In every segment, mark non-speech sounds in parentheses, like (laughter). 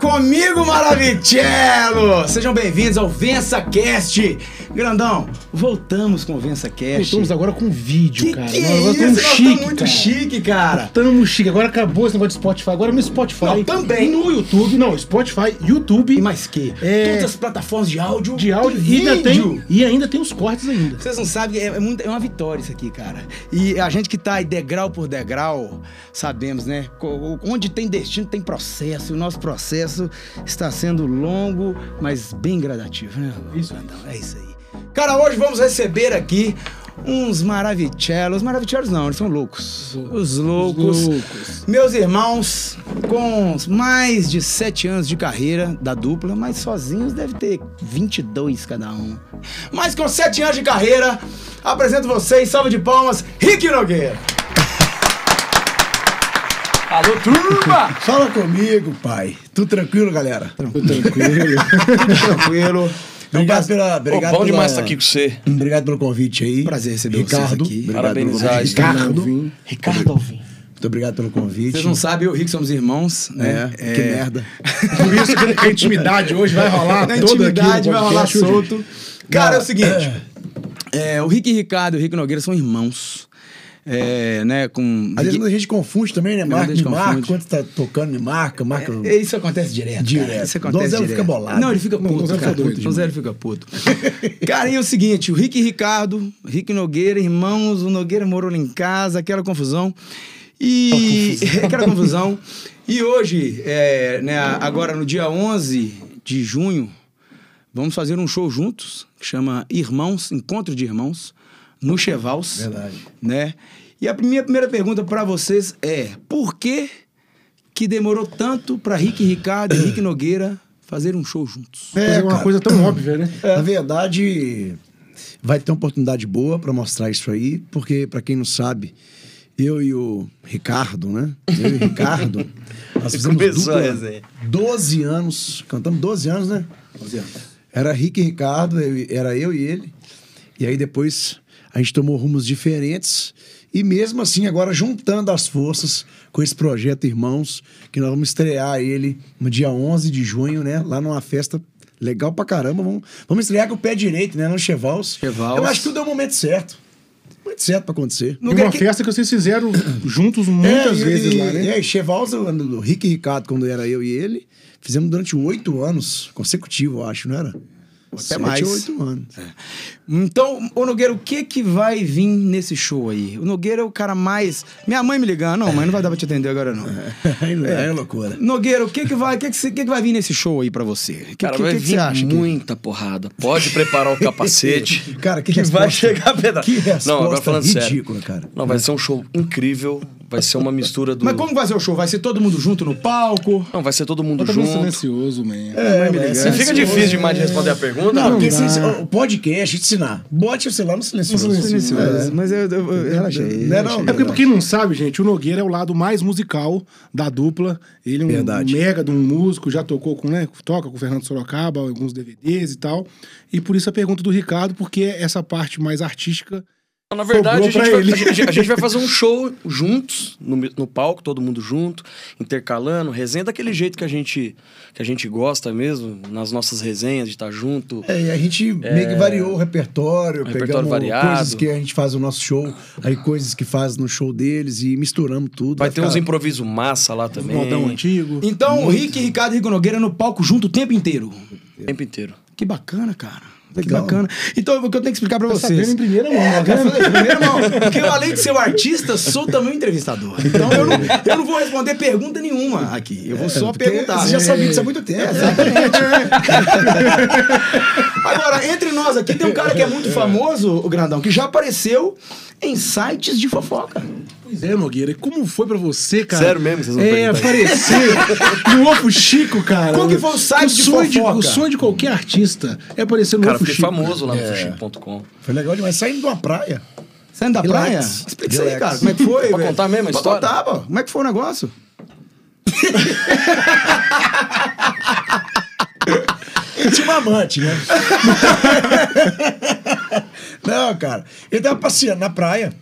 Comigo, Maravicello! Sejam bem-vindos ao VençaCast. Grandão, voltamos com o VençaCast. Voltamos agora com vídeo, Que cara. que Mano, é agora isso? tamo Nós chique, tá muito cara. chique, cara. Tamo chique. Agora acabou esse negócio de Spotify. Agora no Spotify. Não, também. No YouTube. Não, Spotify, YouTube. E mais que? É. Todas as plataformas de áudio. de áudio. e E ainda, vídeo. tem, e ainda tem os cortes ainda. Vocês não sabem, é, é muito- é uma vitória isso aqui, cara. E a gente que tá aí degrau por degrau, sabemos, né? Co- Onde tem destino, tem processo. E o nosso processo está sendo longo, mas bem gradativo, né? Isso. Brandão? É isso aí. Cara, hoje vamos receber aqui uns maravichelos. Maravichelos não, eles são loucos. Os loucos. Loucos. Meus irmãos, com mais de sete anos de carreira da dupla, mas sozinhos deve ter 22 cada um. Mas com sete anos de carreira, apresento vocês, salve de palmas, Rick Nogueira. Alô, turma! Fala comigo, pai. Tudo tranquilo, galera? Tudo tranquilo. (laughs) Tranquilo. É um Obrigado prazer, pela. Pô, Obrigado bom pela- demais estar aqui com você. Obrigado pelo convite aí. prazer receber Ricardo. vocês aqui. Obrigado Parabenizar pelo convite. esse Ricardo. Alvim. Ricardo Alvim. Muito obrigado pelo Vocês convite. não sabem, eu e o Rick somos irmãos, né? É, (laughs) que merda. Por isso que é a intimidade hoje vai rolar Na toda aqui. intimidade no vai rolar podcast hoje. solto. Cara, é o Não, seguinte. é, o Rick e Ricardo e o Rick Nogueira são irmãos. É, né, com... Às vezes quando a gente confunde também, né? Marca, a gente me marca. confunde. Quando você tá tocando, me marca, marca. É, Isso acontece direto. Cara. Direto. Isso acontece Donzelo direto. fica bolado. Não, ele fica Não, puto. Donzelo cara. fica doido Donzelo fica puto. (laughs) cara, e é o seguinte: o Rick e Ricardo, Rick Nogueira, irmãos, o Nogueira morou lá em casa, aquela confusão. E. aquela confusão. E hoje, é, né, agora no dia 11 de junho, vamos fazer um show juntos, que chama Irmãos, Encontro de Irmãos, no Chevals. Verdade. Né? E a minha primeira pergunta pra vocês é: por que que demorou tanto pra Rick Ricardo e Rick Nogueira fazer um show juntos? É, uma cara. coisa (coughs) tão óbvia, né? Na verdade, vai ter uma oportunidade boa pra mostrar isso aí, porque pra quem não sabe, eu e o Ricardo, né? Eu e o (laughs) Ricardo, nós fizemos Começou a dupla resenha. 12 anos, cantamos 12 anos, né? 12 anos. Era Rick e Ricardo, eu e- era eu e ele. E aí depois a gente tomou rumos diferentes. E mesmo assim, agora juntando as forças com esse projeto Irmãos, que nós vamos estrear ele no dia 11 de junho, né? Lá numa festa legal pra caramba. Vamos, vamos estrear com o pé direito, né? No Chevals. Chevals. Eu acho que tudo é o momento certo. Momento certo pra acontecer. E Nogueira, uma que- festa que vocês fizeram juntos muitas É, e- vezes lá, E né? aí, Chevals, o o Rick e Ricardo, quando era eu e ele, fizemos durante oito anos consecutivos, eu acho, não era? Sete mais. ou oito anos. É. Então, ô Nogueira, o que que vai vir nesse show aí? O Nogueira é o cara mais. Minha mãe me ligando, não, mãe, não vai dar pra te atender agora não. (laughs) Aí não é, é loucura. (laughs) Nogueira, o que que vai, o que que, cê- o que que vai vir nesse show aí pra você? O que, Cara, que, vai que que vir você acha? que- muita porrada. Pode preparar o capacete. Cara, que que resposta. vai chegar pedaço. Que resposta Não, agora falando ridícula, sério. cara. Não, vai ser um show incrível. Vai ser uma mistura do... Mas como vai ser o show? Vai ser todo mundo junto no palco? Não, vai ser todo mundo Tá meio junto. silencioso, man. É, mas Você fica difícil demais de responder a pergunta. é- Não, porque dá. se- se- o podcast, ensinar. Bote você lá no silencioso. No silencioso. Mas- É. Mas eu, eu, eu né? relaxei. Não é relaxei. não? É porque, pra quem não sabe, gente, o Nogueira é o lado mais musical da dupla. Ele é um Verdade. mega de um músico, já tocou com, né? Toca com o Fernando Sorocaba, alguns DVDs e tal. E por isso a pergunta do Ricardo, porque essa parte mais artística. Na verdade, a gente, Sobrou vai, pra ele. a gente- a gente vai fazer um show juntos, no, mi- no palco, todo mundo junto, intercalando, resenha daquele jeito que a gente, que a gente gosta mesmo, nas nossas resenhas, de estar junto. É, e a gente meio que variou o repertório, Repertório pegamos variado. coisas que a gente faz no nosso show, aí coisas que faz no show deles e misturamos tudo. Vai ter uns ficar- um improvisos massa lá também. Modão antigo. Então, Rick, Ricardo e Rico Nogueira no palco junto o tempo inteiro. O tempo inteiro. Que bacana, cara. Que Legal. bacana. Então, o que eu tenho que explicar pra vocês. sabendo em primeira mão, É, né? tá cara, vendo? falei em primeira mão. Porque eu, além de ser um artista, sou também um entrevistador. Então, eu não, eu não vou responder pergunta nenhuma aqui. Eu vou só Porque perguntar. né? Você já sabia disso há muito tempo. Agora, entre nós aqui, tem um cara que é muito famoso, o Grandão, que já apareceu em sites de fofoca. Pois é, Nogueira, como foi pra você, cara? Sério mesmo que vocês vão É, perguntar aparecer no Ovo Chico, cara. Qual que foi o site de sonho fofoca? O sonho de qualquer artista é aparecer no Cara, Ovo fiquei Chico. famoso lá no fuxico.com. Foi legal demais. Saindo de uma praia. Saindo da Relax. praia? Explica isso aí, Relax. cara. Como é que foi? Pra velho? contar mesmo a Pra história? contar, pô. Como é que foi o negócio? Eu tinha uma amante, né? Não, cara. Ele tava passeando na praia.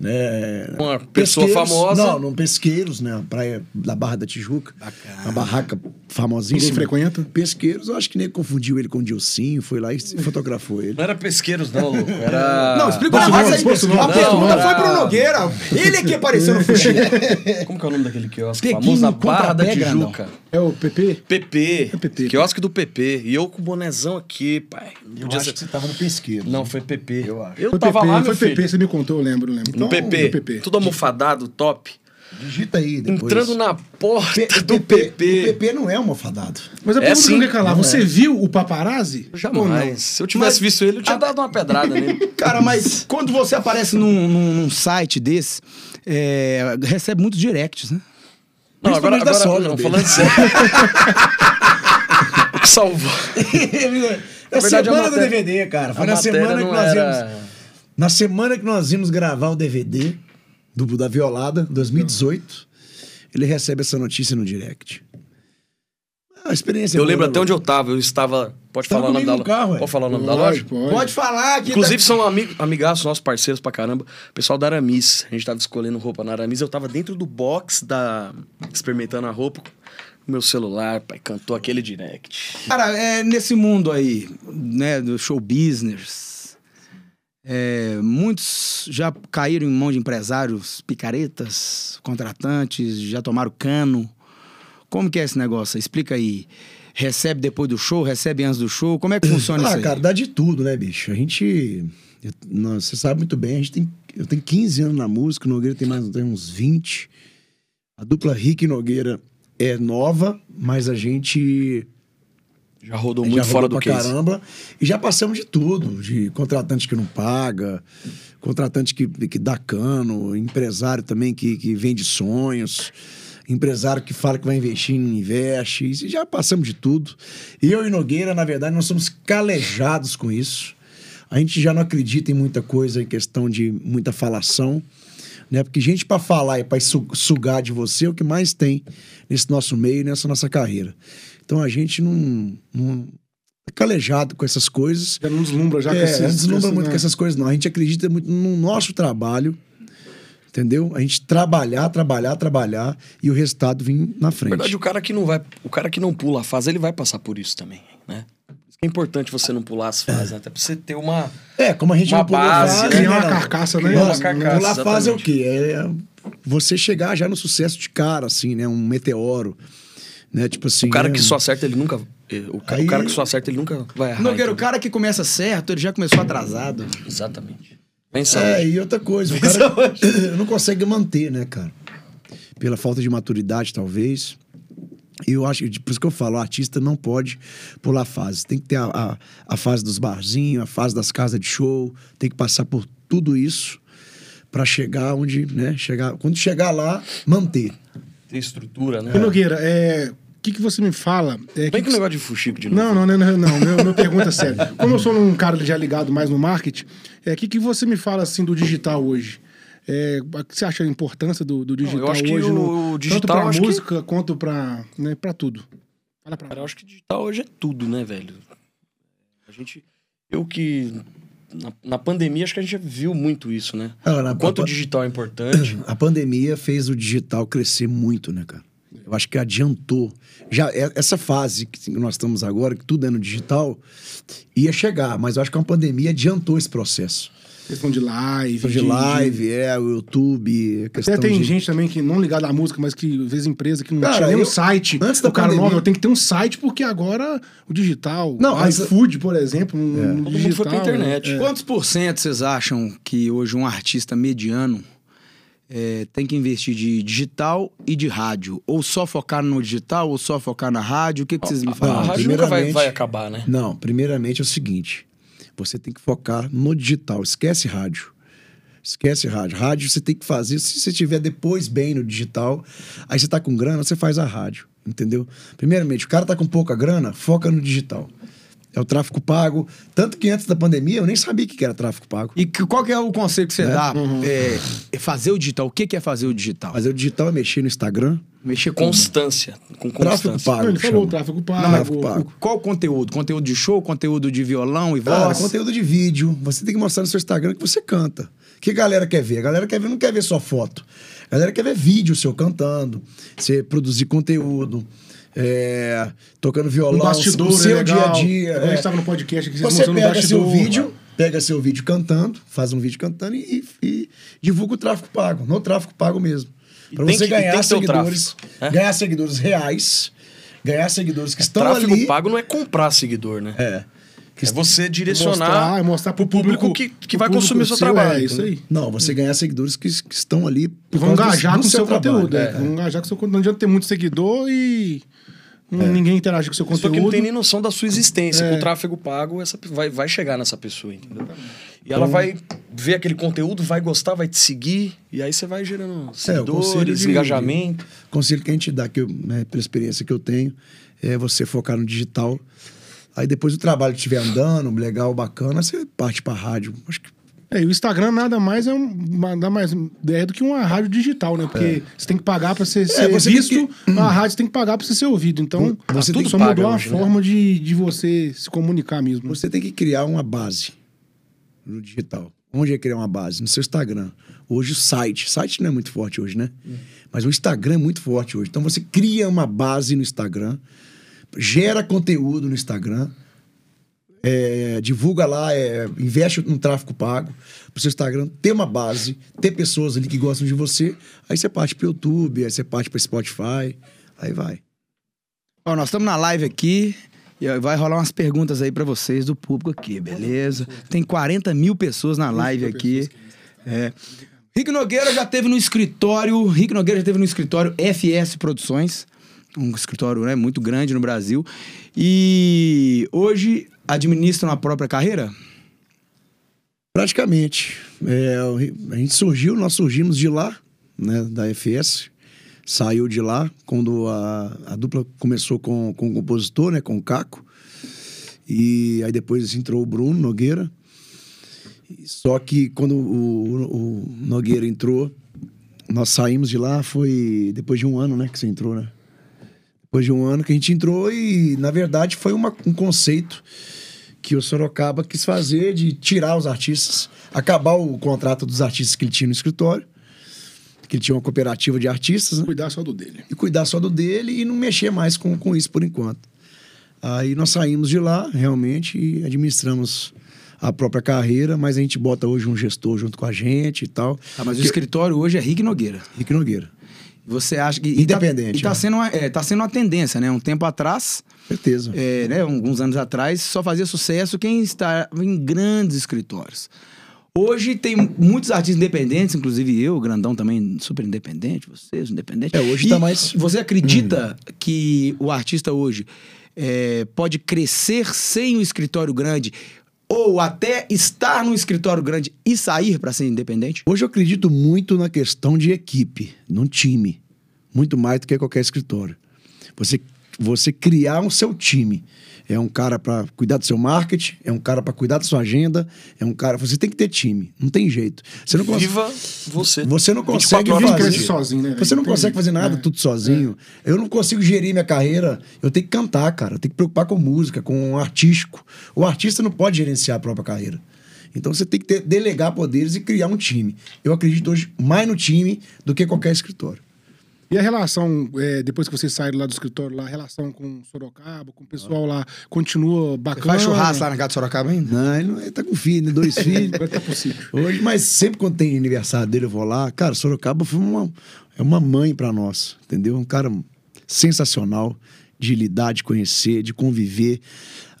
Né? Uma pessoa Pesqueiros. famosa. Não, não pesqueiros, né? A praia da Barra da Tijuca. Uma barraca famosíssimo. Ninguém frequenta? Pesqueiros, eu acho que nem confundiu ele com o Dilcinho, foi lá e se fotografou ele. Não era pesqueiros, não, louco. Era. (laughs) Não, explica pra Posso nós não, aí. posso não, A não, pergunta não. foi pro Nogueira. Ele é que apareceu no Fuxinha. Como que é o nome daquele quiosque? Peguinho famoso na contra Barra da pé, grandão. Tijuca. É o PP? PP. É PP. Quiosque do PP. E eu com o bonezão aqui, pai. (laughs) Eu Podia acho ser- que você tava no pesqueiro. Não, foi PP. Eu acho. Eu Foi tava PP, lá, foi meu PP, filho. você me contou, eu lembro, eu lembro. Então, Então, No PP. do PP. Tudo almofadado, top. Digita aí depois. Entrando na porta P- do O PP. PP não é um alfadado. Mas a É pergunta que eu assim? não quer calar, você É. viu o paparazzi? Ou não? Jamais. Se eu tivesse Mas- visto ele, eu tinha dado uma pedrada nele. Cara, (laughs) mas quando você aparece num, num- num site desse, é, recebe muitos directs, né? Não, agora, agora Principalmente da sogra não, dele. (laughs) falando sério. (laughs) (laughs) Salvou. verdade, Na a É semana do matéria- DVD, cara. Foi A na semana que matéria não nós era- íamos. Na semana que nós íamos gravar o DVD do da Violada, 2018, ele recebe essa notícia no direct. Ah, A experiência. Eu boa, lembro né, até onde Lu? eu tava. Eu estava. Pode Tava falar o nome da comigo no loja. carro, ué. Pode falar o nome da loja? Lógico, Pode. Pode falar que... Inclusive, são amig amigaços nossos, parceiros pra caramba. Pessoal da Aramis. A gente tava escolhendo roupa na Aramis. Eu tava dentro do box da. experimentando a roupa. Meu celular, pai, cantou aquele direct. Cara, é, nesse mundo aí, né, do show business, é, muitos já caíram em mão de empresários picaretas, contratantes, já tomaram cano. Como que é esse negócio? Explica aí. Recebe depois do show, recebe antes do show? Como é (coughs) que funciona isso Ah, aí? cara, dá de tudo, né, bicho? A gente. eu- não, Você sabe muito bem, a gente tem. Eu tenho 15 anos na música, o Nogueira tem mais tem uns 20. A dupla Rick e Nogueira é nova, mas a gente Já rodou A gente muito já fora do rodou pra case. caramba. E já passamos de tudo. De contratante que não paga, contratante que, que dá cano, empresário também que, que vende sonhos, empresário que fala que vai investir e não investe. Isso, já passamos de tudo. Eu e Nogueira, na verdade, nós somos calejados com isso. A gente já não acredita em muita coisa, em questão de muita falação. Né? Porque gente para falar e para sugar de você é o que mais tem nesse nosso meio, e nessa nossa carreira. Então a gente não, não é calejado com essas coisas. Já não deslumbra já é, com esses... a gente deslumbra muito né? com essas coisas, não. A gente acredita muito no nosso trabalho, entendeu? A gente trabalhar, trabalhar, trabalhar e o resultado vir na Na frente. verdade, o cara que não vai. O cara que não pula a fase, ele vai passar por isso também, né? Por isso que É importante você não pular as fases, né? até pra você ter uma. É, como a gente Uma não pulou base, fase, né? né, Criar uma não? carcaça, né? Criar uma Nossa, carcaça, Pular exatamente. fase é o quê? É você chegar já no sucesso de cara, assim, né? Um meteoro, né? Tipo assim... O cara né? que só acerta, ele nunca. eh, O, ca- o Aí- cara que só acerta, ele nunca vai errar. então. Nogueira, o entendeu? cara que começa certo, ele já começou atrasado. Exatamente. Pensa. É, e outra coisa, o cara (laughs) não consegue manter, né, cara? Pela falta de maturidade, talvez. E eu acho, por isso que eu falo, o artista não pode pular fases. Tem que ter a, a, a fase dos barzinhos, a fase das casas de show, tem que passar por tudo isso pra chegar onde, né? Chegar, quando chegar lá, manter. ter estrutura, né? Ô, Nogueira, é... O que, que você me fala? É, Vem que com o negócio de fuxico de novo. Não, não, não, não, não. Meu, meu pergunta é séria. Como eu sou um cara já ligado mais no marketing, é o que, que você me fala assim do digital hoje? É, o que você acha a importância do, do digital eu acho que hoje? o tanto digital, eu pra acho que- música quanto pra, né, pra tudo. Fala pra Cara, eu acho que digital hoje é tudo, né, velho? A gente. Eu que. Na, na pandemia, acho que a gente viu muito isso, né? Ah, na- O Quanto a- o digital é importante. A pandemia fez o digital crescer muito, né, cara? Eu acho que adiantou. Já é- essa fase que nós estamos agora, que tudo é no digital, ia chegar, mas eu acho que a pandemia adiantou esse processo. questão de live. Questão de live, é, o YouTube, a questão Até tem de... gente também que não ligada à música, mas que às vezes empresa que não Cara, tinha nem um eu- site. antes da o cara, pandemia- não, eu tenho que ter um site porque agora o digital, Não, o mas- É. iFood, por exemplo, no, no Todo mundo digital. foi pra internet. Quantos por cento vocês acham que hoje um artista mediano é, tem que investir de digital e de rádio? Ou só focar no digital, ou só focar na Ah, rádio? O que, que vocês me a falam? rádio nunca vai, primeiramente- vai acabar, né? Não, primeiramente é o seguinte, você tem que focar no digital, esquece rádio. Esquece rádio. Rádio você tem que fazer, se você tiver depois bem no digital, aí você tá com grana, você faz a rádio, entendeu? Primeiramente, o cara tá com pouca grana, foca no digital. É o tráfico pago, tanto que antes da pandemia eu nem sabia o que que era tráfico pago. E que- qual que é o conselho que você dá? É, é fazer o digital. O que, que é fazer o digital? Mas o digital é mexer no Instagram, Mexer com... Constância. Com tráfico constância. pago. Não, ele chama. falou tráfego pago. Tráfego pago. Qual o conteúdo? Conteúdo de show, conteúdo de violão e Cara, voz? conteúdo de vídeo. Você tem que mostrar no seu Instagram que você canta. O que a galera quer ver? A galera quer ver, não quer ver só foto. A A galera quer ver vídeo seu cantando, você produzir conteúdo, é, Um tocando violão, bastidor, o seu é legal. dia a dia. A gente é. tava no podcast aqui, vocês você um mostrando o pega bastidor, seu vídeo, cara. pega seu vídeo cantando, faz um vídeo cantando e, e divulga o tráfico pago, no tráfico pago mesmo. Pra tem você que- e tem ganhar que ter o seguidores, tráfego, né? ganhar seguidores reais, ganhar seguidores que estão Tráfego Então ali. pago não é comprar seguidor, né? É. É você direcionar Mostrar, é, mostrar pro público público que- que pro vai público consumir o seu seu, trabalho, É isso aí. Não, você ganhar seguidores que, que estão ali. E por vão causa do- engajar do com o seu trabalho. conteúdo. É. É. Vão engajar com o seu conteúdo. Não adianta ter muito seguidor e não- ninguém interage com o seu Só que conteúdo. não tem nem noção da É. sua existência. Com o tráfego pago, essa pe- vai, vai chegar nessa pessoa, entendeu? E Então ela vai ver aquele conteúdo, vai gostar, vai te seguir, e aí você vai gerando É, conselho seguidores, de- engajamento. O conselho que a gente dá, que eu, né, pela experiência que eu tenho, é você focar no digital. Aí depois o trabalho estiver andando, legal, bacana, você parte pra rádio. Acho que É, e o Instagram nada mais é um, nada mais é do que uma rádio digital, né? Porque você tem que pagar pra ser, ser você tem visto, a rádio você tem que pagar pra você ser ouvido. Então, Você tudo tem- só paga mudou a hoje, né? forma de, de você se comunicar mesmo. Uhum. Você tem que criar uma base no digital. Onde é criar uma base? No seu Instagram. Hoje o site. Site não é muito forte hoje, né? Mas o Instagram é muito forte hoje. Então você cria uma base no Instagram, gera conteúdo no Instagram, é, divulga lá, é, investe no tráfego pago pro seu Instagram ter uma base, ter pessoas ali que gostam de você. Aí você parte pro YouTube, aí você parte pro Spotify, aí vai. Ó, nós estamos na live aqui e aí vai rolar umas perguntas aí pra vocês do público aqui, beleza? Tem 40 mil pessoas na live aqui. É. Rick Nogueira já teve no escritório, Rick Nogueira já teve no escritório FS Produções, um escritório né, muito grande no Brasil. E hoje administram a própria carreira? Praticamente. É, o Ri- a gente surgiu, nós surgimos de lá, né, da FS. Saiu de lá quando a, a dupla começou com, com o compositor, né, com o Caco. E aí depois entrou o Bruno Nogueira. E Só que quando o, o Nogueira entrou, nós saímos de lá, foi depois de um ano, né, que você entrou, né? Depois de um ano que a gente entrou e, na verdade, foi uma- um conceito que o Sorocaba quis fazer de tirar os artistas, acabar o contrato dos artistas que ele tinha no escritório, que ele tinha uma cooperativa de artistas, né? Cuidar só do dele. e cuidar só do dele e não mexer mais com, com isso por enquanto. Aí nós saímos de lá, realmente, e administramos a própria carreira, mas a gente bota hoje um gestor junto com a gente e tal. Ah, mas o Que- escritório hoje é Rick Nogueira. Rick Nogueira, Você acha que. Independente, E tá, e tá né? sendo uma, é, tá sendo uma tendência, né? Um tempo atrás, certeza. é, né, alguns anos atrás, só fazia sucesso quem estava em grandes escritórios. Hoje tem muitos artistas independentes, inclusive eu, Grandão também, super independente, vocês, independente. É, hoje E tá mais- Hum. Você acredita que o artista hoje é, pode crescer sem o escritório grande ou até estar no escritório grande e sair para ser independente? Hoje eu acredito muito na questão de equipe, num time. Muito mais do que qualquer escritório. Você, você criar o seu time. É um cara para cuidar do seu marketing, é um cara para cuidar da sua agenda, é um cara. Você tem que ter time, não tem jeito. Você não consegue. Viva você. Você não 24 consegue horas Ninguém por cresce dia. sozinho, né? velho? Você não Tem- consegue fazer nada É. tudo sozinho. Eu não consigo gerir minha carreira. Eu tenho que cantar, cara. Eu tenho que preocupar com música, com o artístico. O artista não pode gerenciar a própria carreira. Então você tem que ter- delegar poderes e criar um time. Eu acredito hoje mais no time do que qualquer escritório. E a relação, é, depois que vocês saíram lá do escritório, lá, a relação com Sorocaba, com o pessoal lá, continua bacana? Faz churrasco lá na casa de Sorocaba ainda? Não, ele, não, ele tá com filho, (laughs) né? dois filhos. Agora tá (laughs) possível. Hoje, mas sempre quando tem aniversário dele, eu vou lá. Cara, Sorocaba foi uma, é uma mãe pra nós, entendeu? Um cara sensacional de lidar, de conhecer, de conviver.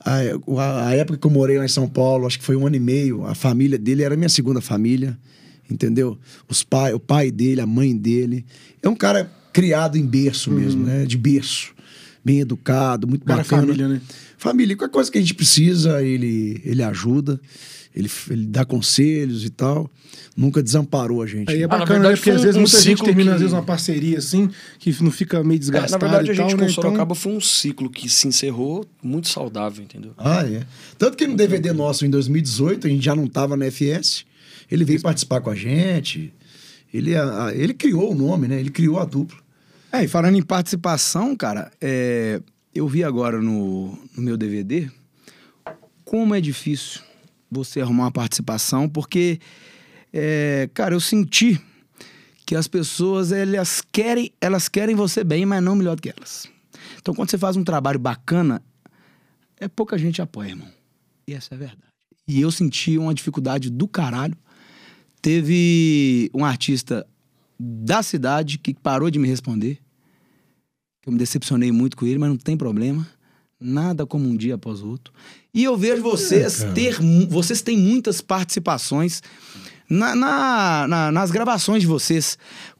A, a- a época que eu morei lá em São Paulo, acho que foi um ano e meio, a família dele era minha segunda família, entendeu? Os pai, o pai dele, a mãe dele. É um cara criado em berço mesmo, né? De berço. Bem educado, muito Uhum. Cara, bacana. família, né? Família, qualquer coisa que a gente precisa, ele, ele ajuda, ele, ele dá conselhos e tal. Nunca desamparou a gente. Aí é Ah, na bacana, né? verdade, Porque foi às um- vezes um muita gente ciclo termina, que- às vezes, uma parceria assim, que não fica meio É, na desgastada verdade, a e tal, gente né? com Então, Sorocaba foi um ciclo que se encerrou muito saudável, entendeu? Ah, é. Tanto que no DVD nosso em 2018, a gente já não estava na FS, ele veio participar com a gente. Ele, é a- a- ele criou o nome, né? Ele criou a dupla. É, e falando em participação, cara, é, eu vi agora no, no meu DVD como é difícil você arrumar uma participação, porque, é, cara, eu senti que as pessoas elas querem, elas querem você bem, mas não melhor do que elas. Então, quando você faz um trabalho bacana, é pouca gente apoia, irmão. E essa é a verdade. E eu senti uma dificuldade do caralho. Teve um artista da cidade que parou de me responder. Eu me decepcionei muito com ele, mas não tem problema. Nada como um dia após o outro. E eu vejo vocês ter. mu- Vocês têm muitas participações na- na- na- nas gravações de vocês.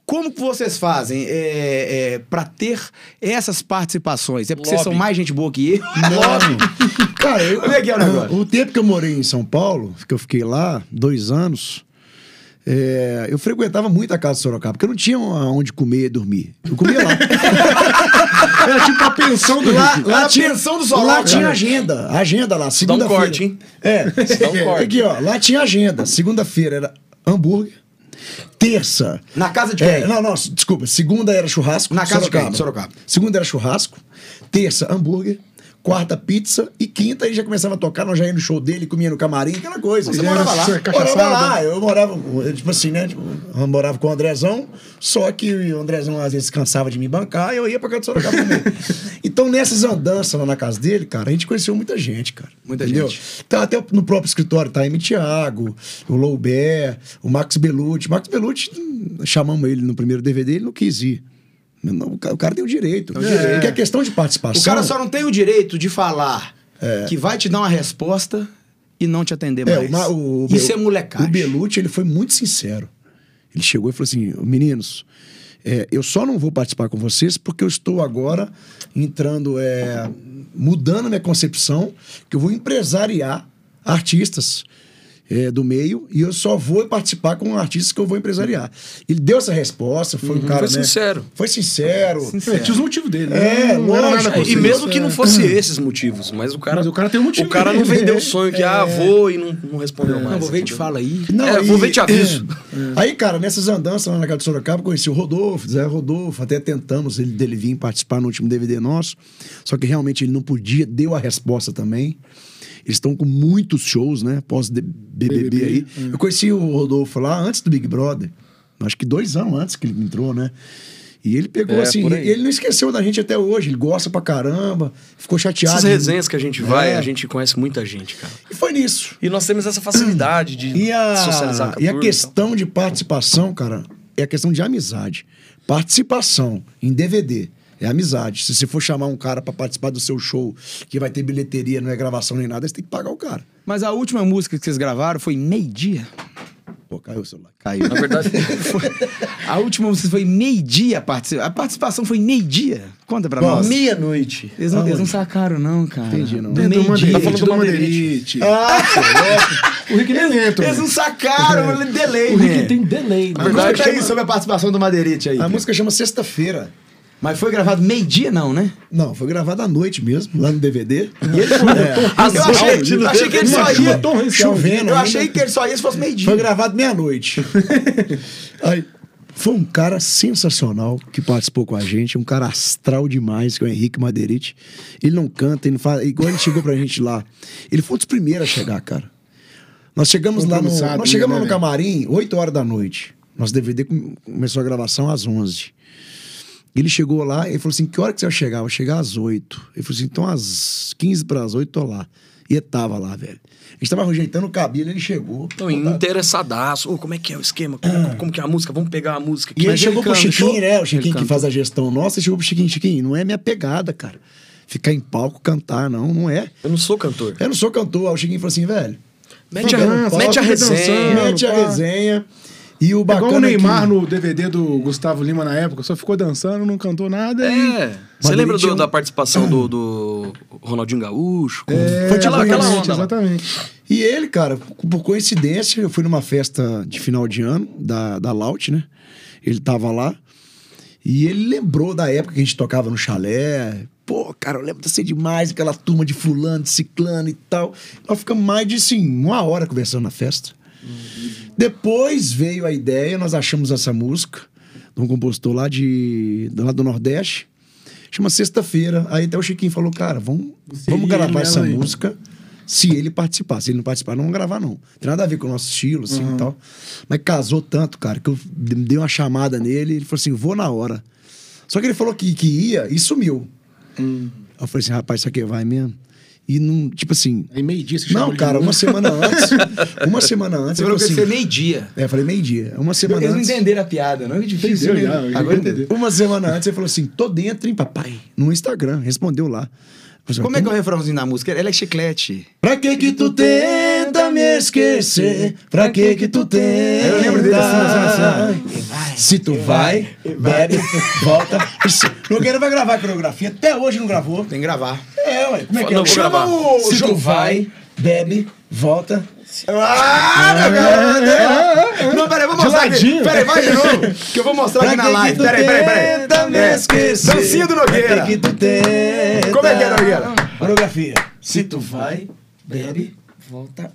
Como que vocês fazem é, para ter essas participações? É porque vocês são Lobby. mais gente boa que eu? Mano, (laughs) cara, eu, Como é que é o negócio? o tempo que eu morei em São Paulo, que eu fiquei lá dois anos, é, eu frequentava muito a casa de Sorocaba, porque eu não tinha onde comer e dormir. Eu comia (laughs) lá. Era tipo a pensão do lá, Rick. lá Era a tinha, pensão do Sorocaba. lá tinha agenda. Agenda lá, Dá um segunda-feira. corte, hein? É. Dá um corte. Aqui, ó. Lá tinha agenda. Segunda-feira era hambúrguer. Terça. Na casa de É, quem? não, não, s- desculpa. Segunda era churrasco. Na casa de quem? Sorocaba. Segunda era churrasco. Terça, hambúrguer. Quarta, pizza. E quinta, aí já começava a tocar. Nós já ia no show dele, comia no camarim, aquela coisa. Você Já morava era- lá? Morava Cachaçada. lá. Ah, Eu morava, eu, tipo assim, né? Tipo, eu morava com o Andrezão. Só que o Andrezão às vezes cansava de me bancar e eu ia pra casa de Sorocaba também. (laughs) Então, nessas andanças lá na casa dele, cara, a gente conheceu muita gente, cara. Muita entendeu? gente. Tá até no próprio escritório, tá M. Thiago, o Loubé, o Max Belucci. Max Belucci, hum, chamamos ele no primeiro DVD, ele não quis ir. Não, O ca- o cara tem o direito. direito. Porque é questão de participação. O cara só não tem o direito de falar que vai te dar uma resposta e não te atender É, mais. o, Ma- o, Isso é Bel- molecagem. O Belucci, ele foi muito sincero. Ele chegou e falou assim: meninos, é, eu só não vou participar com vocês porque eu estou agora entrando, é, mudando minha concepção, que eu vou empresariar artistas. é, do meio, e eu só vou participar com artistas que eu vou empresariar. Ele deu essa resposta, Uhum. foi um cara. foi né, sincero. Foi sincero. É, tinha os motivos dele. É, né? não era lógico. nada E consenso, mesmo que é. não fosse esses motivos, mas o cara. Mas o cara tem um motivo O cara não dele. vendeu o sonho que, ah, vou e não, não respondeu mais. Não, vou ver e te entendeu? fala aí. Não, é. É, vou ver te aviso. Aí, cara, nessas andanças lá na casa de Sorocaba, conheci o Rodolfo, Zé Rodolfo, até tentamos ele dele vir participar no último DVD nosso, só que realmente ele não podia, deu a resposta também. Eles estão com muitos shows, né? Pós-BBB BBB, aí. é. Eu conheci o Rodolfo lá antes do Big Brother, acho que dois anos antes que ele entrou, né? E ele pegou É, assim, por aí. ele não esqueceu da gente até hoje, ele gosta pra caramba, ficou chateado. Essas resenhas que a gente vai, É. a gente conhece muita gente, cara. E foi nisso. E nós temos essa facilidade de E a, socializar com a e a turma, então. questão de participação, cara, é a questão de amizade. Participação em DVD é amizade. Se você for chamar um cara pra participar do seu show, que vai ter bilheteria, não é gravação nem nada, você tem que pagar o cara. Mas a última música que vocês gravaram foi meio-dia. (laughs) Pô, caiu o celular. Caiu. Na É verdade, (laughs) A última música foi meio-dia a participação. A participação foi meio-dia. Conta pra nós. meia-noite. Eles não, eles não Aonde? sacaram, não, cara. Entendi, não. Dentro do Meio-dia. Manderite. Tá falando do Ah, do Manderite. Manderite. Ah, o Rick nem entra. Eles não É. sacaram, ele delay, O né? Rick tem delay, né? Conta verdade, é aí chama- sobre a participação do Madeirite aí. A Pedro. música chama Sexta-feira. Mas foi gravado meio-dia, não, né? Não, foi gravada à noite mesmo, lá no DVD. E ele foi. Eu achei, eu achei que ele só ia. Chovendo Eu ainda. achei que ele só ia se fosse meio-dia. né? Foi gravado meia-noite. (laughs) Aí, foi um cara sensacional que participou com a gente, um cara astral demais, que é o Henrique Madeirite. Ele não canta, ele não faz. Igual ele chegou pra gente lá. Ele foi um dos primeiros a chegar, cara. Nós chegamos lá no. Compromissado, Nós chegamos né, no velho? camarim, 8 horas da noite. Nosso DVD com- começou a gravação às 11. Ele chegou lá e falou assim: que hora que você vai chegar? Eu Vou chegar às 8. Ele falou assim: então às 15 para as 8 tô lá. E eu tava lá, velho. A gente tava ajeitando o cabelo, ele chegou. Então, interessadaço. Ô, como é que é o esquema? Como, como- como que é a música? Vamos pegar a música E aqui. ele Mas ele chegou pro canta, Chiquinho, show? né? O Ele Chiquinho que canta. faz a gestão nossa, ele chegou pro Chiquinho, Chiquinho, não é minha pegada, cara. Ficar em palco, cantar, não, não é. Eu não sou cantor. Eu não sou cantor. Aí o Chiquinho falou assim, velho, um Mete a, um Fica dançando, mete fica a resenha. dançando. mete a pá. resenha. E o É bacana Igual o é que- Neymar no DVD do Gustavo Lima na época, só ficou dançando, não cantou nada. e- É. Você Mas lembra ele do- tinha um- da participação do, do Ronaldinho Gaúcho? É, Foi tipo aquela, aquela isso, onda. lá. Exatamente. E ele, cara, por coincidência, eu fui numa festa de final de ano da, da Laut, né? Ele tava lá. E ele lembrou da época que a gente tocava no chalé. Pô, cara, eu lembro de ser demais, aquela turma de fulano, de ciclano e tal. Nós ficamos mais de, assim, uma hora conversando na festa. Depois veio a ideia, nós achamos essa música de um compositor lá, de, lá do Nordeste. Chama Sexta-feira. Aí até o Chiquinho falou, cara, vamos, vamos gravar nela essa aí. música se ele participar. Se ele não participar, não vamos gravar, não. Tem nada a ver com o nosso estilo, assim Uhum. e tal. Mas casou tanto, cara, que eu de- dei uma chamada nele, ele falou assim: vou na hora. Só que ele falou que, que ia e sumiu. Hum. Eu falei assim, rapaz, isso aqui vai mesmo? E não, tipo assim. Aí meio-dia você chama Não, ele cara, de novo. uma semana (laughs) antes. Uma semana antes. Você ele falou que falou ia ser assim, meio-dia. é, eu falei meio-dia. Uma semana Eles não antes. entenderam a piada, não? É difícil. Entendeu, já, já Agora entendeu. entendeu. Uma semana antes, ele falou assim: tô dentro, hein, papai? No Instagram, respondeu lá. Eu falei assim, Como é que é o refrãozinho da música? Ela é chiclete. Pra que que tu tenta me esquecer? Pra que que tu tenta? Eu lembro dele assim, assim, Se tu vai, bebe, volta. (laughs) Ixi, Nogueira vai gravar a coreografia, até hoje não gravou. Tem que gravar. É, ué, como é que Não, é? vou Chama gravar. o Se tu João vai, vai, bebe, volta. Ah, Não, peraí, vou mostrar aqui. ladinho. Peraí, vai de novo. Que eu vou mostrar aqui na live. Peraí, peraí, peraí. É. Dancinha do Nogueira. Tá Pra que tu tenta. Como é que é, Nogueira? Coreografia. Se tu vai, bebe, volta.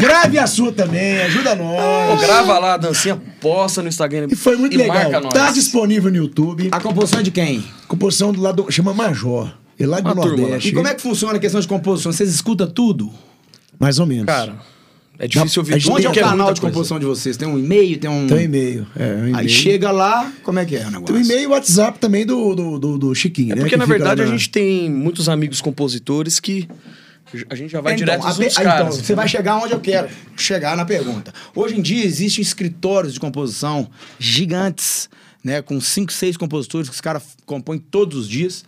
Grave a sua também, ajuda Pô, nós. grava lá a dancinha, posta no Instagram E foi muito e legal. marca nós. Tá disponível no YouTube. A composição é de quem? composição do lado chama Major. É lá do Uma turma lá. Nordeste. E como é que funciona a questão de composição? Vocês escutam tudo? Mais ou menos. Cara, é difícil a ouvir gente um tudo, Onde é o porque canal muita de coisa. composição de vocês? Tem um e-mail, tem um... Tem um e-mail. É, um Aí e-mail. chega lá, como é que é o negócio? Tem um e-mail e WhatsApp também do, do, do, do Chiquinho, É né? porque, que na fica verdade, lá a na- gente tem muitos amigos compositores que a gente já vai Então, direto a nos pe- outros ah, então, caras. você vai chegar onde eu quero chegar na pergunta. Hoje em dia existem escritórios de composição gigantes, né? Com cinco, seis compositores que os caras f- compõem todos os dias.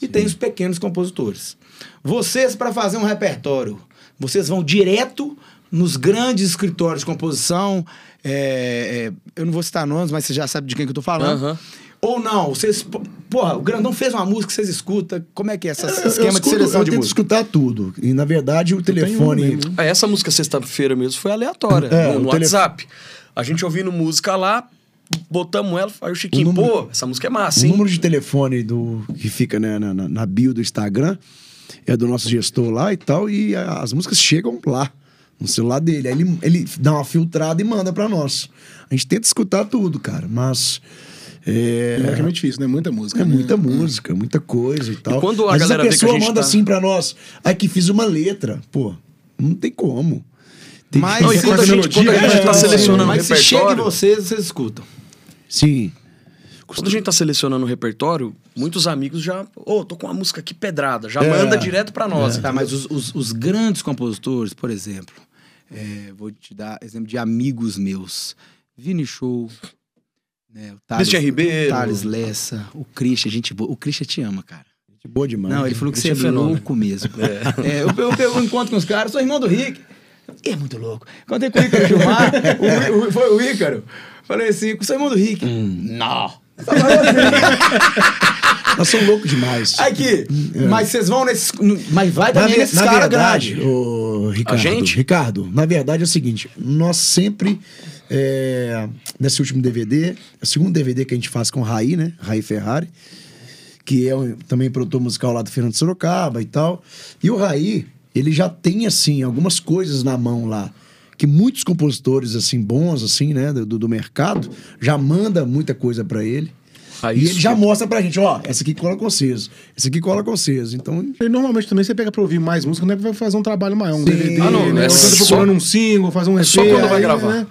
E tem os pequenos compositores. Vocês, para fazer um repertório, vocês vão direto nos grandes escritórios de composição. é, é, eu não vou citar nomes, mas você já sabe de quem que eu tô falando. Aham. Ou não, vocês. po- Porra, o Grandão fez uma música, vocês escutam. Como é que é esse Eu- eu esquema escuto- de seleção eu de música? tento um escutar tudo. E, na verdade, o telefone... Ah, Essa música sexta-feira mesmo foi aleatória, É, no, o no tele- WhatsApp. A gente ouvindo música lá, botamos ela, aí o Chiquinho, O número- pô, essa música é O massa, hein? número de telefone do, que fica né, na, na, na bio do Instagram é do nosso gestor lá e tal, e a- as músicas chegam lá, no celular dele. Aí ele, ele dá uma filtrada e manda pra nós. A gente tenta escutar tudo, cara, mas. É É, realmente difícil, né? Muita música. é né? muita música, muita coisa e tal. Hum, quando a Às vezes galera vê que a pessoa gente manda tá- assim pra nós, aí que fiz uma letra. Pô, não tem como. Tem Mas- Não, e Sim, quando a sim, gente, quando a melodia, gente tá é, selecionando o Mas se chega em repertório... vocês, vocês escutam. Sim. Quando a gente tá selecionando o repertório, muitos amigos já... Ô, tô com uma música aqui pedrada, já É. manda direto pra nós. Tá, mas os, os- os grandes compositores, por exemplo, é, vou te dar exemplo de amigos meus. Vini Show, né, o Thales, Christian Ribeiro. Thales Lessa, o Christian, gente boa. O Christian te ama, cara. Boa demais. Não, ele falou que você é Christian é fenômeno. louco mesmo. É, eu, eu, eu encontro com os caras, sou irmão do Rick. E é muito louco. Contei com o Ícaro Gilmar, o, Í- o, foi o Ícaro. Falei assim, sou irmão do Rick. Hum. (laughs) Não. Só falou assim. Nós somos loucos demais. Aqui, mas vocês vão nesses. n- Mas vai Na, também ve- nesses né? na caras verdade, grandes. ô, Ricardo, gente? Ricardo, na verdade é o seguinte: nós sempre, é, nesse último DVD, é o segundo DVD que a gente faz com o Raí, né? Raí Ferrari, que é um- também produtor musical lá do Fernando Sorocaba e tal. E o Raí, ele já tem, assim, algumas coisas na mão lá. Que muitos compositores, assim, bons, assim, né, do, do mercado, já manda muita coisa pra ele. Raí e ele já escuta. mostra pra gente, ó, essa aqui cola com vocês, essa aqui cola com vocês. Então, E normalmente também você pega pra ouvir mais música, não é pra fazer um trabalho maior, um DVD, Ah, não, né? Ou então tá é só- é procurando um single, fazer um EP. só quando vai aí, gravar. né?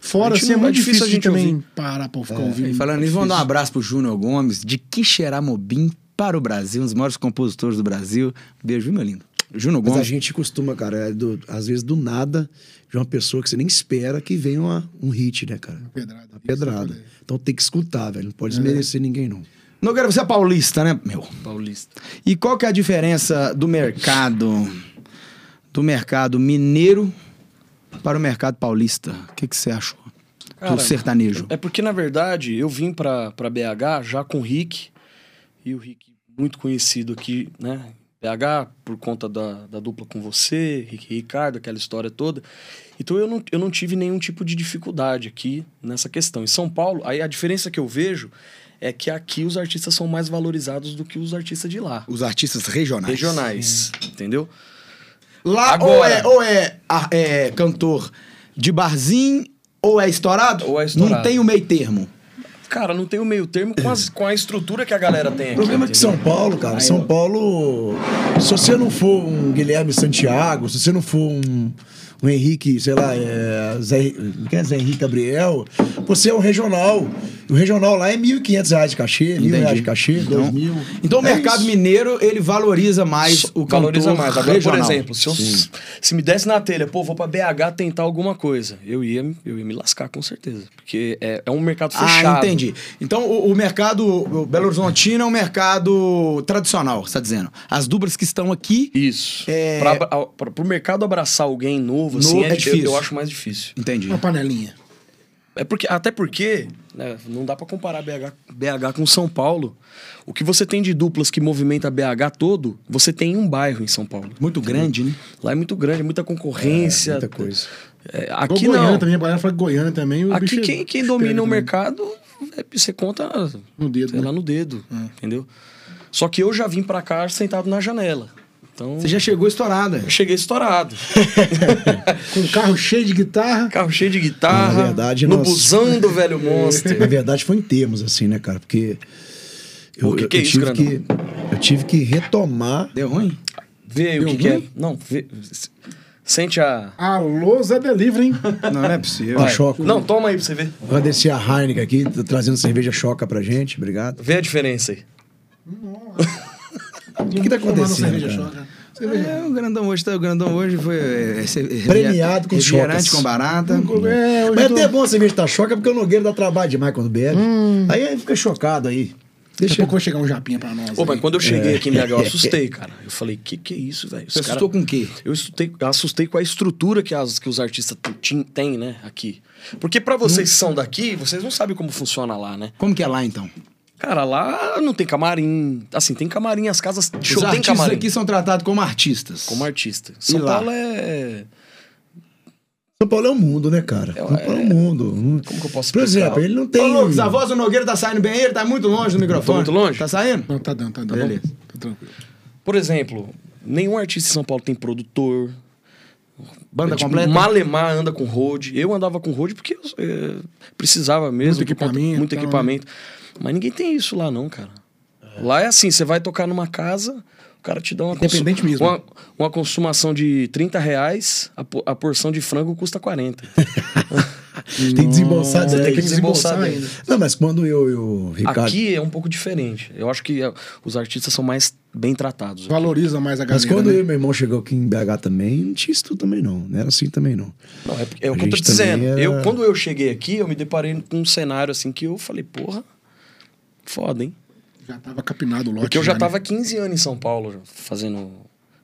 Fora, A gente assim, é não- muito é difícil difícil a a gente gente também parar pra ficar E ouvindo. falando nisso, É vamos dar um difícil. abraço pro Júnior Gomes, de Quixeramobim para o Brasil, um dos maiores compositores do Brasil. Beijo, meu lindo. Júnior Mas a Gomes. gente costuma, cara, é do- às vezes do nada, de uma pessoa que você nem espera que venha uma- um hit, né, cara? Pedrada. Isso, É. Pedrada. Então tem que escutar, velho. Não pode desmerecer ninguém, não. Nogueira, você é paulista, né, meu? Paulista. E qual que é a diferença do mercado do mercado mineiro para o mercado paulista? O que, que você achou? Cara, do sertanejo. É porque, na verdade, eu vim pra, pra BH já com o Rick. E o Rick, muito conhecido aqui, né? BH, por conta da, da dupla com você, Rick e Ricardo, aquela história toda. Então eu não, eu não tive nenhum tipo de dificuldade aqui nessa questão. Em São Paulo, aí a diferença que eu vejo é que aqui os artistas são mais valorizados do que os artistas de lá. Os artistas regionais. Regionais, entendeu? Lá ou Agora. é, ou é, a- é cantor de barzinho ou é estourado? Ou é estourado. Não tem o meio termo. cara, não tem o meio termo com, as- com a estrutura que a galera tem O aqui. problema é que São entendeu? Paulo, cara, São Paulo. Se você não for um Guilherme Santiago, se você não for um, um Henrique, sei lá, é, Zé, quem é Zé Henrique Gabriel, você é um regional. O regional lá é R$ 1.500 de cachê, R$ 1.000 reais de cachê, R$ 2.000. Então o É mercado isso. mineiro, ele valoriza mais o cantor Valoriza mais. Agora, regional. por exemplo, se, eu- se me desse na telha, pô, vou pra BH tentar alguma coisa, eu ia, eu ia me lascar com certeza. Porque é, é um mercado fechado. Ah, entendi. Então, o, o mercado o Belo Horizontino é um mercado tradicional, você está dizendo. As duplas que estão aqui, Isso. É- Pra, abra- pra, pro mercado abraçar alguém novo, assim, Novo é, é difícil. Eu, eu acho mais difícil. entendi. Uma panelinha. É porque, até porque, né, não dá pra comparar BH, BH com São Paulo. O que você tem de duplas que movimenta BH todo, você tem em um bairro em São Paulo. Muito grande, né? Lá é muito grande, é muita concorrência. É, muita coisa. É, Igual aqui Goiânia não. também, a galera fala que Goiânia também. O Aqui bicho é quem, quem esperto domina o também. mercado, é, você conta No dedo, sei né? lá no dedo, entendeu? Só que eu já vim pra cá sentado na janela. Então, Você já chegou estourada. né? eu cheguei estourado. (laughs) Com um carro cheio de guitarra. Carro cheio de guitarra, Na verdade, no nós- busão do velho (laughs) Na Monster. verdade, foi em termos, assim, né, cara? Porque. Eu, O que eu- que é eu isso, tive Grandão? que, eu tive que retomar. Deu ruim? Vê aí o que, que é. Não, vê. Sente a. Alô, Zé Delivery, hein? Não, não é possível. Tá Vai. choco. Não, toma aí pra você ver. Agradecer a Heineken aqui, tá trazendo cerveja choca pra gente. Obrigado. Vê a diferença aí. O que que tá acontecendo, cara? É, o grandão hoje, tá, o grandão hoje foi é, é, Premiado com refrigerante chocas. com barata. É, hoje Mas é eu tô... até bom a cerveja tá choca, porque o Nogueira dá trabalho demais quando bebe. Aí, aí fica chocado aí. Daqui a Deixa pouco vai chegar um japinha pra nós. Pô, aí. mas quando eu cheguei aqui em BH, eu assustei, cara. Eu falei, que que é isso, velho? Os Você cara- assustou com o quê? Eu assustei, assustei com a estrutura que, as, que os artistas t- tin- têm, né, aqui. Porque pra vocês que são daqui, vocês não sabem como funciona lá, né? Como que é lá, então? Cara, lá não tem camarim. Assim, tem camarim, as casas de show Os tem artistas camarim. aqui são tratados como artistas. Como artista. São lá? Paulo é. São Paulo é o mundo, né, cara? São Paulo é o mundo. Como que eu posso Por explicar? exemplo, ele não Ô, tem. Lucas, a voz do Nogueira tá saindo bem aí? Ele tá muito longe do microfone. muito longe? Tá saindo? Não, tá dando, tá dando. Beleza. Tá tranquilo. Por exemplo, nenhum artista em São Paulo tem produtor. Banda É, tipo, completa? Malemar anda com road. Eu andava com road porque eu, eh, precisava mesmo. Muito por conta- equipamento, Muito tal, né? equipamento. Mas ninguém tem isso lá, não, cara. Lá é assim: você vai tocar numa casa, o cara te dá uma, consu- Independente mesmo. uma, uma consumação de 30 reais, a, po- a porção de frango custa (laughs) 40. Tem que desembolsar Você tem que dez. desembolsar desembolsar dele. Não, mas quando eu e o Ricardo. Aqui é um pouco diferente. Eu acho que eh, os artistas são mais bem tratados. Valoriza mais a galera. Mas quando né? eu e meu irmão chegou aqui em BH também, não tinha isso tudo também, não. Não era assim também, não. Não, é, porque- é A o que eu tô gente também dizendo. era- Eu, quando eu cheguei aqui, eu me deparei com um cenário assim que eu falei, porra, foda, hein? Já tava capinado o lote. Porque eu já né? tava 15 anos em São Paulo, já, fazendo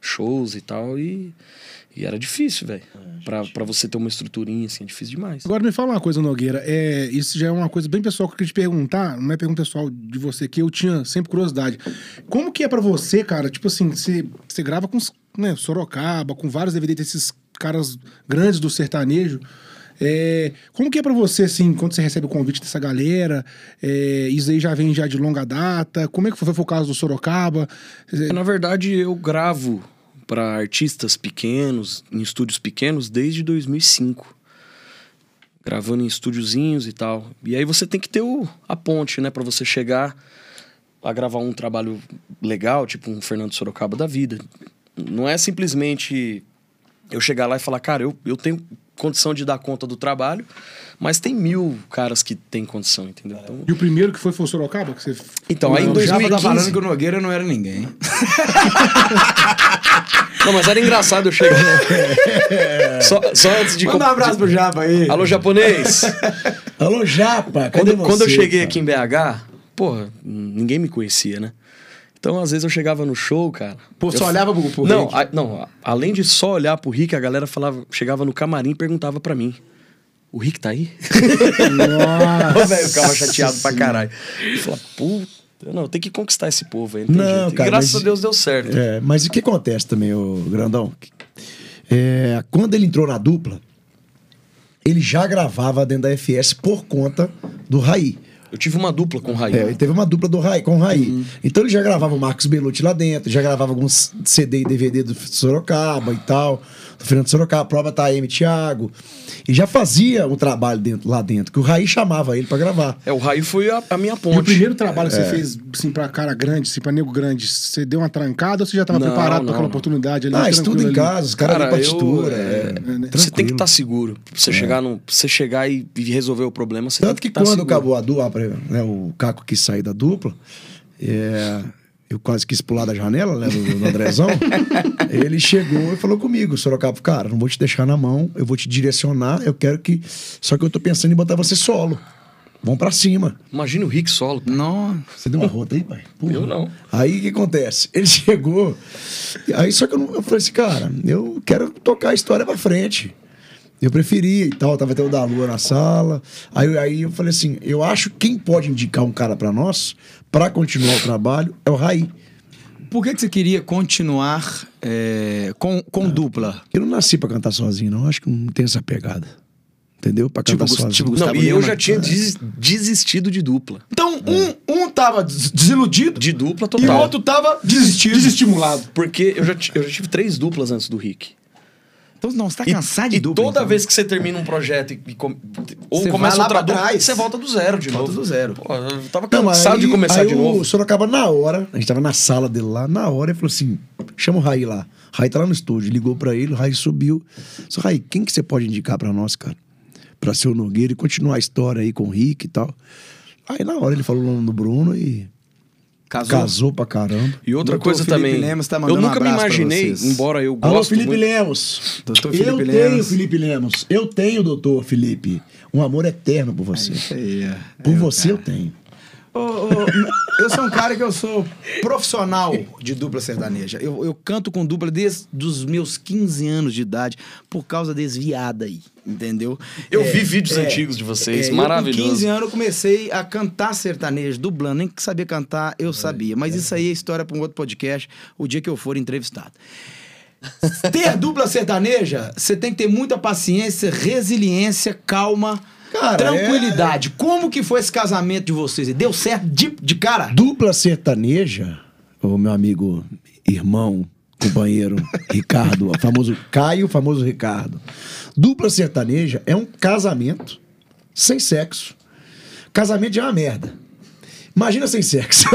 shows e tal, e, e era difícil, velho. Pra, pra você ter uma estruturinha, assim, é difícil demais. Agora me fala uma coisa, Nogueira. É, isso já é uma coisa bem pessoal que eu queria te perguntar, não é pergunta pessoal de você, que eu tinha sempre curiosidade. Como que é pra você, cara? Tipo assim, você, você grava com os, né, Sorocaba, com vários DVDs desses caras grandes do sertanejo. É, como que é pra você, assim, quando você recebe o convite dessa galera? É, isso aí já vem já de longa data? Como é que foi, foi o caso do Sorocaba? É, Na verdade, eu gravo pra artistas pequenos, em estúdios pequenos, desde 2005. Gravando em estúdiozinhos e tal. E aí você tem que ter o, a ponte, né? Pra você chegar a gravar um trabalho legal, tipo um Fernando Sorocaba da vida. Não é simplesmente eu chegar lá e falar, cara, eu, eu tenho condição de dar conta do trabalho, mas tem mil caras que têm condição, entendeu? Então, E o primeiro que foi foi o Sorocaba? Que você... então aí em O Java tá 2015... falando que o Nogueira não era ninguém. Não, mas era engraçado eu chegar. só, só antes de. Manda um abraço pro Java aí. Alô, japonês! Alô, quando, Japa! cadê eu- quando eu você, cheguei cara? aqui em BH, porra, ninguém me conhecia, né? Então, às vezes eu chegava no show, cara. Pô, eu só f- olhava pro- pro não, Rick? a- não, a- além de só olhar pro Rick, a galera falava, chegava no camarim e perguntava pra mim: O Rick tá aí? (laughs) Nossa! (laughs) Ô, velho, eu ficava chateado pra caralho. Eu falava, puta, não, tem que conquistar esse povo aí. Não, tem Não, jeito." E cara, Graças mas- a Deus deu certo. É, mas o que acontece também, o Grandão? É, quando ele entrou na dupla, ele já gravava dentro da FS por conta do Raí. Eu tive uma dupla com o Raí. É, ele teve uma dupla do Raí, com o Raí. Uhum. Então ele já gravava o Marcos Belucci lá dentro, já gravava alguns CD e DVD do Sorocaba e tal. do Fernando Sorocaba, a prova Taeme Thiago. E já fazia um trabalho dentro- lá dentro, que o Raí chamava ele pra gravar. É, o Raí foi a, a minha E o ponte. primeiro trabalho que você fez, assim, pra cara grande, assim, pra nego grande, você deu uma trancada ou você já tava Não, preparado não, pra aquela não. oportunidade ali? Ah, é tranquilo estuda em ali? casa, os caras Cara, de partitura. eu, é, Você é, tem que tranquilo. estar seguro. Pra você chegar num, pra você chegar e, e resolver o problema, você Tanto tem que que tá quando seguro. acabou a dupla, né, o Caco quis sair da dupla, é, eu quase quis pular da janela, né, do, (laughs) do Andrezão. ele chegou e falou comigo, Sorocaba, cara, não vou te deixar na mão, eu vou te direcionar, eu quero que. Só que eu tô pensando em botar você solo. Vamos pra cima. Imagina o Rick solo. Nossa. Você deu uma rota aí, pai? Porra. Eu não. Aí o que acontece? Ele chegou, e aí só que eu, não, eu falei assim, cara, eu quero tocar a história pra frente. Eu preferia e tal, tava até o da Lua na sala. Aí, aí eu falei assim: eu acho que quem pode indicar um cara pra nós, pra continuar o trabalho, é o Raí. Por que, que você queria continuar é, com, com dupla? Eu não nasci pra cantar sozinho, não. Acho que não tem essa pegada. Entendeu? Pra Tipo cantar Gus- sozinho. tipo Não, Gustavo e eu Lima. já tinha des- desistido de dupla. Então, um, um tava des- desiludido De e dupla o total. outro tava desistido. Desestimulado. Porque eu já, ti- eu já tive três duplas antes do Rick. Então, não, você tá E- cansado de e dupla. toda então. vez que você termina um projeto e, e com- ou Você começa vai lá outra pra trás. você volta do zero de Volta novo. do zero. Pô, eu tava Não, mas cansado de aí- começar aí de O novo. Sorocaba, na hora, a gente tava na sala dele lá, na hora, ele falou assim: chama o Raí lá. Raí tá lá no estúdio, ligou pra ele, o Raí subiu. Só, Raí, quem que você pode indicar pra nós, cara? Pra ser o Nogueira e continuar a história aí com o Rick e tal. Aí na hora ele falou o nome do Bruno e Casou. casou pra caramba. E outra Doutor coisa Felipe também. Lemos tá eu mandando um nunca me abraço pra imaginei, vocês. embora eu goste Alô, Felipe muito. Lemos. Doutor eu Felipe tenho, Lemos. Felipe Lemos. Eu tenho, doutor Felipe. Um amor eterno por você. Isso aí, é. Por você eu tenho. Ô, ô, eu sou um cara que eu sou profissional de dupla sertaneja. Eu, eu canto com dupla desde os meus 15 anos de idade, por causa desse viado aí, entendeu? É, Eu vi vídeos antigos de vocês, eu com maravilhoso. 15 anos eu comecei a cantar sertanejo, dublando, nem que sabia cantar, eu sabia. Mas isso aí é história para um outro podcast, o dia que eu for entrevistado. ter dupla sertaneja, você tem que ter muita paciência, resiliência, calma, é Cara, tranquilidade. Como que foi esse casamento de vocês? Deu certo de, de cara? Dupla sertaneja, o meu amigo, irmão, (laughs) companheiro Ricardo, o famoso Caio, o famoso Ricardo. Dupla sertaneja é um casamento sem sexo. Casamento já é uma merda. Imagina sem sexo.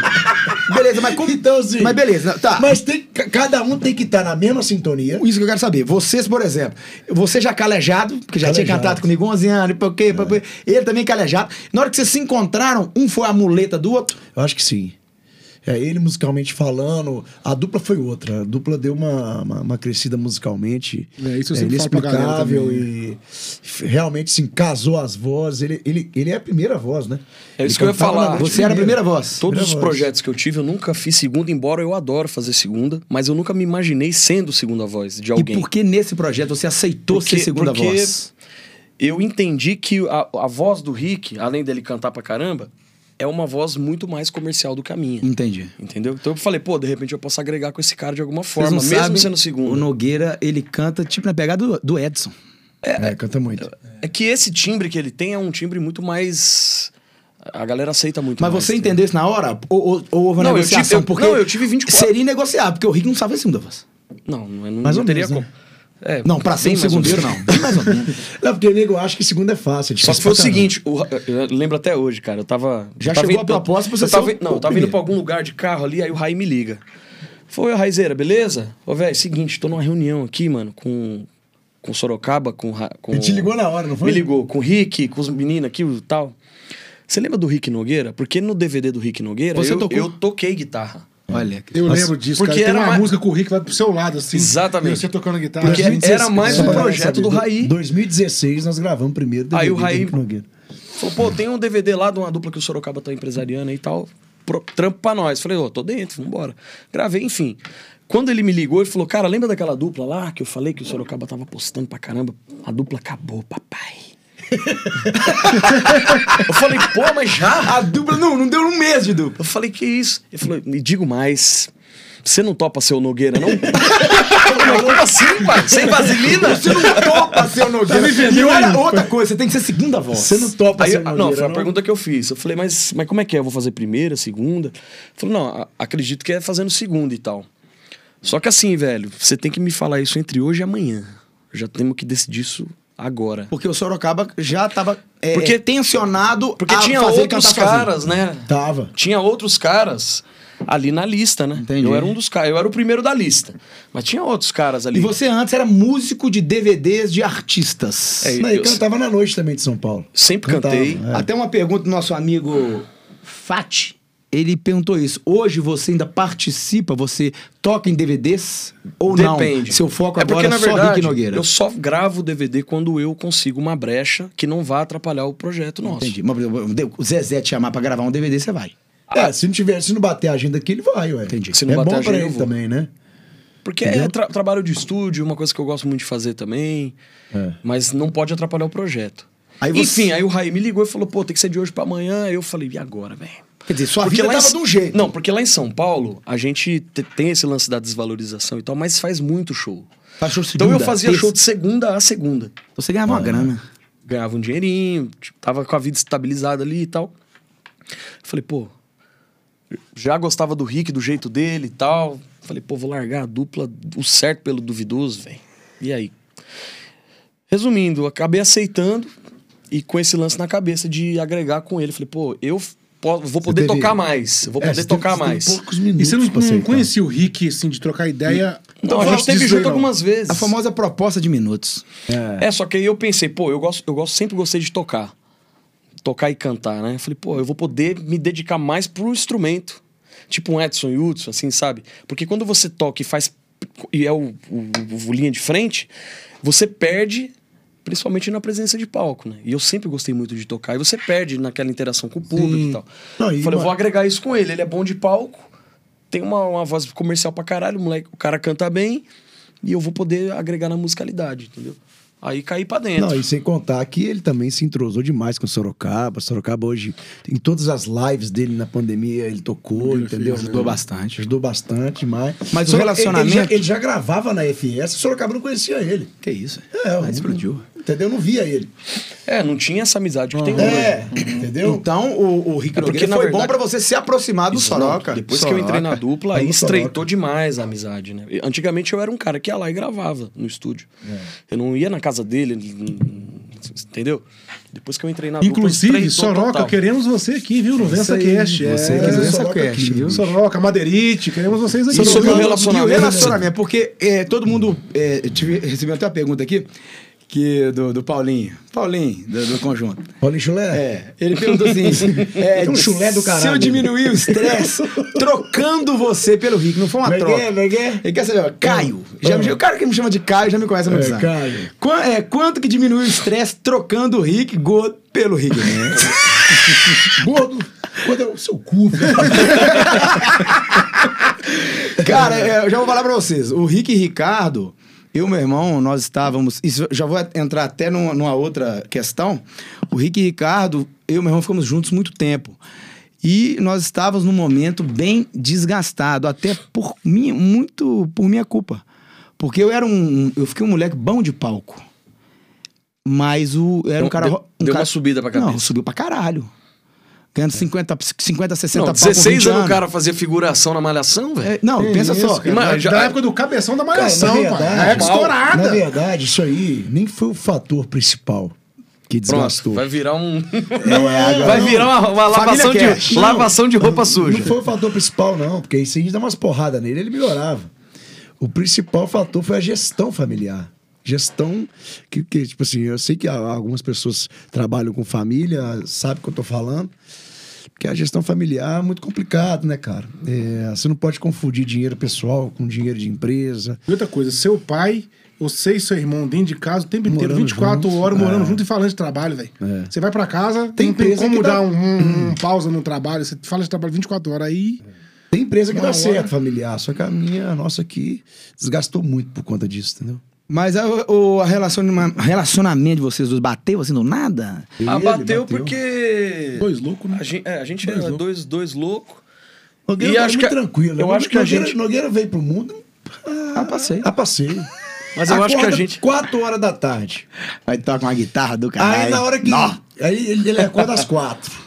(laughs) Beleza, mas como... Então, assim, Mas beleza, tá. Mas tem, ca- cada um tem que estar na mesma sintonia. Isso que eu quero saber. Vocês, por exemplo, você já calejado, porque já tinha Calejado. cantado comigo 11 anos, porque, porque, ele também calejado. Na hora que vocês se encontraram, um foi a muleta do outro. Eu acho que sim. É, ele musicalmente falando, a dupla foi outra. A dupla deu uma, uma, uma crescida musicalmente. É, isso eu ele sempre falo pra galera inexplicável também, e f- realmente sim, casou as vozes. Ele, ele, ele é a primeira voz, né? É isso Ele que eu ia cantava falar. na Então, Você era a primeira voz. Todos Primeira os voz. projetos que eu tive, eu nunca fiz segunda, embora eu adoro fazer segunda, mas eu nunca me imaginei sendo segunda voz de alguém. E por que nesse projeto você aceitou Porque- ser segunda porque voz? Eu entendi que a, a voz do Rick, além dele cantar pra caramba, é uma voz muito mais comercial do que a minha. Entendi. Entendeu? Então eu falei, pô, de repente eu posso agregar com esse cara de alguma Vocês forma, não mesmo sabem, sendo segunda. O Nogueira, ele canta tipo na pegada do, do Edson. É, canta muito. É que esse timbre que ele tem é um timbre muito mais. A galera aceita muito Mas mais, você entendeu? entendeu isso na hora? Ou, ou, ou houve uma né? Não, eu negociação? tive- eu- porque não, eu tive 24. Seria negociado, porque o Rick não sabe segunda voz. Não, não, é, não, Mais não ou teria menos, né? como. É, Não, pra ser bem um mais ou segundeiro, menos. não. Bem mais ou menos. Não, porque nego acha que segunda é fácil. é Só difícil que foi o pra caramba. seguinte, o Ra- eu lembro até hoje, cara, eu tava... Já eu tava chegou a proposta pra você eu tava, ser o- Não, eu o tava primeiro. indo pra algum lugar de carro ali, aí o Raí me liga. Foi, Raizeira, beleza? Ô, velho, seguinte, tô numa reunião aqui, mano, com, com Sorocaba, com, Ra- com... Ele te ligou na hora, não foi? Me ligou, com o Rick, com os meninos aqui e tal. Você lembra do Rick Nogueira? Porque no DVD do Rick Nogueira, Você eu, tocou? eu toquei guitarra. Olha, Eu lembro disso, porque cara. Tem era uma mais- música com o Rick vai pro seu lado, assim. Exatamente. E você tocando guitarra. Porque Assim, era mais Só um pra galera projeto saber, do do- Raí. 2016 nós gravamos o primeiro Aí o DVD do Raí- Rick Nogueira. Falou, pô, tem um DVD lá de uma dupla que o Sorocaba tá empresariando aí e tal. Pro, trampo pra nós. Falei, ô, tô dentro, vambora. Gravei, enfim. Quando ele me ligou, ele falou, cara, lembra daquela dupla lá que eu falei que o Sorocaba tava postando pra caramba? A dupla acabou, papai. eu falei, pô, mas já? Ah, A dupla, não, não deu um mês de dupla. Eu falei, que isso? Ele falou, me digo mais. Você não topa ser o Nogueira, não? Eu falei, Como assim, pai? Sem vaselina? Você não topa ser o Nogueira. e olha outra coisa, você tem que ser segunda voz. Você não topa Aí, ser ah, Nogueira, não, foi a não? pergunta que eu fiz. Eu falei, mas, mas como é que é? Eu vou fazer primeira, segunda? Ele Falou, não, a- acredito que é fazendo segunda e tal. Só que assim, velho, você tem que me falar isso entre hoje e amanhã. Já temos que decidir isso agora. Porque o Sorocaba já tava é, Porque- tensionado Porque a tinha Ah, fazer outros cantar sozinho. caras, né? Tá. Tava. Tinha outros caras ali na lista, né? Entendi. Eu era um dos caras, eu era o primeiro da lista. Mas tinha outros caras ali. E você antes era músico de DVDs de artistas. É, Não, e eu- cantava na noite também de São Paulo. Sempre Cantava, cantei. é. Até uma pergunta do nosso amigo Fati. Ele perguntou isso. Hoje você ainda participa, você toca em DVDs ou não? Depende. Seu foco é agora porque, é na só verdade, Rick Nogueira. Eu só gravo DVD quando eu consigo uma brecha que não vá atrapalhar o projeto nosso. Entendi. Mas, por exemplo, o Zezé te chamar pra gravar um DVD, você vai. É, se não tiver, se não bater a agenda aqui, ele vai, ué. Entendi. Se não é bater a bom agenda, pra eu ele vou. também, né? Porque é tra- trabalho de estúdio, uma coisa que eu gosto muito de fazer também. É. Mas não pode atrapalhar o projeto. Aí você- Enfim, aí o Raí me ligou e falou, pô, tem que ser de hoje pra amanhã. Eu falei, e agora, velho? Quer dizer, sua vida lá em tava S- de um jeito. Não, porque lá em São Paulo, a gente te- tem esse lance da desvalorização e tal, mas faz muito show. Achou Então eu segunda, fazia terça. show de segunda a segunda. Então Você ganhava uma grana. Ganhava um dinheirinho, tipo, tava com a vida estabilizada ali e tal. Falei, pô, já gostava do Rick, do jeito dele e tal. Falei, pô, vou largar a dupla, o certo pelo duvidoso, velho. E aí? Resumindo, acabei aceitando e com esse lance na cabeça de agregar com ele. Falei, pô, eu po- vou poder teve- tocar mais, eu vou É, poder você tem- tocar você tem mais. poucos minutos E você não, pra não aceitar. conhecia o Rick, assim, de trocar ideia? Então, a Fora gente teve disso aí, junto não. algumas vezes. A famosa proposta de minutos. É, só que aí eu pensei, pô, eu gosto, eu gosto, sempre gostei de tocar. Tocar e cantar, né? Falei, pô, eu vou poder me dedicar mais pro instrumento. Tipo um Edson e Hudson, assim, sabe? Porque quando você toca e faz. e é o, o- o linha de frente, você perde. Principalmente na presença de palco, né? E eu sempre gostei muito de tocar. E você perde naquela interação com o público e tal. Não, e Falei, eu uma- vou agregar isso com ele. Ele é bom de palco, tem uma, uma voz comercial pra caralho, o moleque, o cara canta bem e eu vou poder agregar na musicalidade, entendeu? Aí caí pra dentro. Não, e sem contar que ele também se entrosou demais com Sorocaba. Sorocaba hoje, em todas as lives dele na pandemia, ele tocou, entendeu? Ajudou bastante. Ajudou bastante, mas... Mas o Só- relacionamento- Ele já, ele já gravava na FS, Sorocaba não conhecia ele. Que isso? É, Mas eu- explodiu. Entendeu? Eu não via ele. É, não tinha essa amizade que tem hoje. É, entendeu? Então, o, o Rick É porque, Nogueira na foi verdade- bom pra você se aproximar do Soroca. Depois Soroca. que eu entrei na dupla, aí Vamos Soroca. estreitou demais a amizade, né? Antigamente eu era um cara que ia lá e gravava no estúdio. Eu não ia na casa dele, ele- entendeu? Depois que eu entrei na dupla, Inclusive, estreitou Soroca, total. queremos você aqui, viu? No Vença aí, Cast. você é. que no Vença Soroca Cast, aqui, viu? Soroca, Madeirite, queremos vocês aqui. E sobre o E relacionamento. E o relacionamento, porque é, todo mundo. É, eu tive, recebi até uma pergunta aqui que, do, do Paulinho. Paulinho, do, do conjunto. Paulinho Chulé. É, ele perguntou (laughs) assim: é, Tem um chulé do Se caralho. eu diminuir o (laughs) estresse trocando você pelo Rick, não foi uma Como é que troca. é? Como é que é? Ele quer saber, ó, Caio. Já, Ah. O cara que me chama de Caio já me conhece há muitos É, anos. Caio. Qua- é, quanto que diminui o estresse trocando o Rick gordo pelo (laughs) Rick? Né? Gordo. Quando é o (laughs) seu cu, velho. Cara, é, eu já vou falar pra vocês. O Rick e Ricardo, eu e meu irmão, nós estávamos. Isso, já vou entrar até numa, numa outra questão. O Rick e Ricardo, eu e meu irmão ficamos juntos muito tempo. E nós estávamos num momento bem desgastado, até por minha, muito por minha culpa. Porque eu era um. Eu fiquei um moleque bom de palco. Mas o. Era Deu- um cara. deu- ro- um deu cara- uma subida pra cabeça. É. Não, subiu pra caralho. Ganhando 50, 50 60 Não, pau por 20 16 anos tá anos o cara fazia figuração na malhação, velho. É, Não, Que pensa isso, só. cara. Ima- Da- já- Da época do cabeção da é- Cara, É, na malhação, pai. verdade, A época mal- Na estourada. verdade, isso aí nem foi o fator principal que Pronto, desgastou. vai virar um. Não é água, (laughs) vai não. virar uma, uma Família lavação, Cash. de, lavação de roupa suja. Não foi o fator principal, não, porque aí se a gente dá umas porradas nele, ele melhorava. O principal fator foi a gestão familiar. Gestão que, que, tipo assim, eu sei que há- algumas pessoas trabalham com família, sabe o que eu tô falando. Porque a gestão familiar é muito complicado, né, cara? É, você não pode confundir dinheiro pessoal com dinheiro de empresa. E outra coisa, seu pai, você e seu irmão dentro de casa o tempo inteiro, Morando 24 juntos, horas, é. morando junto e falando de trabalho, velho. Você vai pra casa, Tem não tem empresa como que dar dá- um, um- um pausa no trabalho, você fala de trabalho 24 horas aí. Tem empresa que Uma dá hora. certo familiar, só que a minha, a nossa aqui, desgastou muito por conta disso, entendeu? Mas a, o a relaciona- relacionamento de vocês dois bateu assim do nada? Ah, Ele bateu porque. Dois loucos, né? A gente, é, a gente Dois era loucos. dois, dois loucos. Nogueira E e acho muito que- tranquilo. eu né? acho que a Nogueira- gente- Nogueira veio pro mundo Ah, passei. a passeio. Mas eu acho que a Acorda gente- quatro horas da tarde. Aí toca uma guitarra do Aí na hora que. Aí ele, ele acorda às quatro.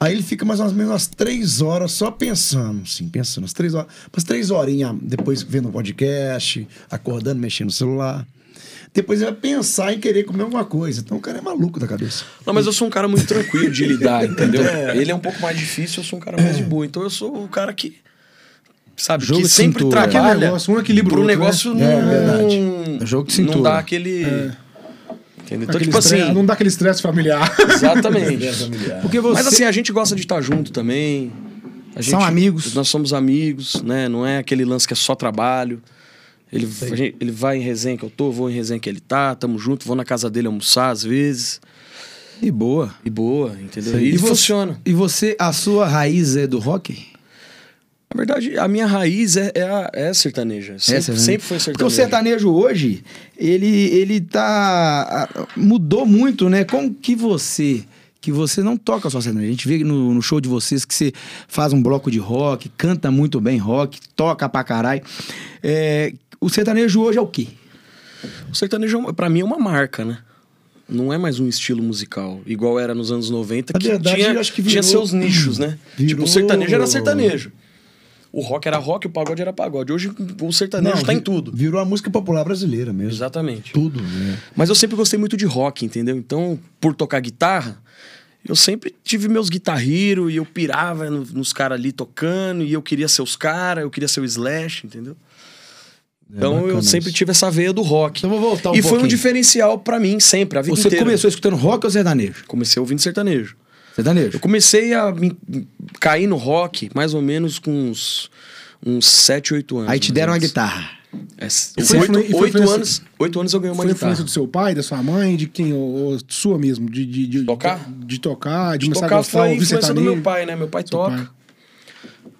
Aí ele fica mais ou menos umas três horas só pensando, sim, pensando, umas três horas, umas três horinhas depois vendo um podcast, acordando, mexendo no celular. Depois ele vai pensar em querer comer alguma coisa. Então o cara é maluco da cabeça. Não, mas eu sou um cara muito tranquilo de lidar, entendeu? Ele é um pouco mais difícil, eu sou um cara mais de boa. Então eu sou o cara que. Sabe, Jogo que de sempre cintura. trabalha. Aquele negócio, um equilibra o pro outro, negócio né? É, não. verdade. É jogo de Não cintura. dá aquele. Entendeu? Então, Aquele tipo assim. estresse- Não dá aquele estresse (laughs) familiar. Exatamente. Porque você... Mas assim, a gente gosta de estar junto também. A gente- São amigos. Nós somos amigos, né? Não é aquele lance que é só trabalho. Ele, a gente- ele vai em resenha que eu tô, vou em resenha que ele tá, tamo junto, vou na casa dele almoçar às vezes. E boa. E boa, entendeu? E E, você- funciona. E você, a sua raiz é do rock? Na verdade, a minha raiz é, é, a- é sertaneja. Sempre, Essa, né? sempre foi sertaneja. Porque o sertanejo hoje, ele, ele tá. ah, mudou muito, né? Como que você. Que você não toca só sertanejo. A gente vê no, no show de vocês que você faz um bloco de rock, canta muito bem rock, toca pra caralho. É, o sertanejo hoje é o quê? O sertanejo, é uma- pra mim, é uma marca, né? Não é mais um estilo musical, igual era nos anos 90, Na que, verdade, tinha, eu acho que tinha virou- seus nichos, né? Virou- Tipo, o sertanejo era sertanejo. O rock era rock, o pagode era pagode. Hoje o sertanejo tá em vi- tudo. Virou a música popular brasileira mesmo. Exatamente. Tudo, né? Mas eu sempre gostei muito de rock, entendeu? Então, por tocar guitarra, eu sempre tive meus guitarreiros e eu pirava no- nos caras ali tocando e eu queria ser os caras, eu queria ser o Slash, entendeu? Então eu bacana sempre isso. tive essa veia do rock. É Então vou voltar um e foi um pouquinho. diferencial pra mim sempre, a vida Você inteira. começou escutando rock ou sertanejo? Comecei ouvindo sertanejo. Sertanejo. Eu comecei a me- cair no rock mais ou menos com uns, uns 7, 8 anos. Aí te mais deram ou uma menos. guitarra. É, foi influ- e foi 8, influência- anos, 8 anos eu ganhei uma tá. Foi guitarra. influência do seu pai, da sua mãe, de quem? Ou, ou sua mesmo? De, de, de- Tocar? De, de tocar, de, começar a tocar gostar, foi a tá ouvir influência do meu sertanejo. pai, né? Meu pai Seu toca. pai.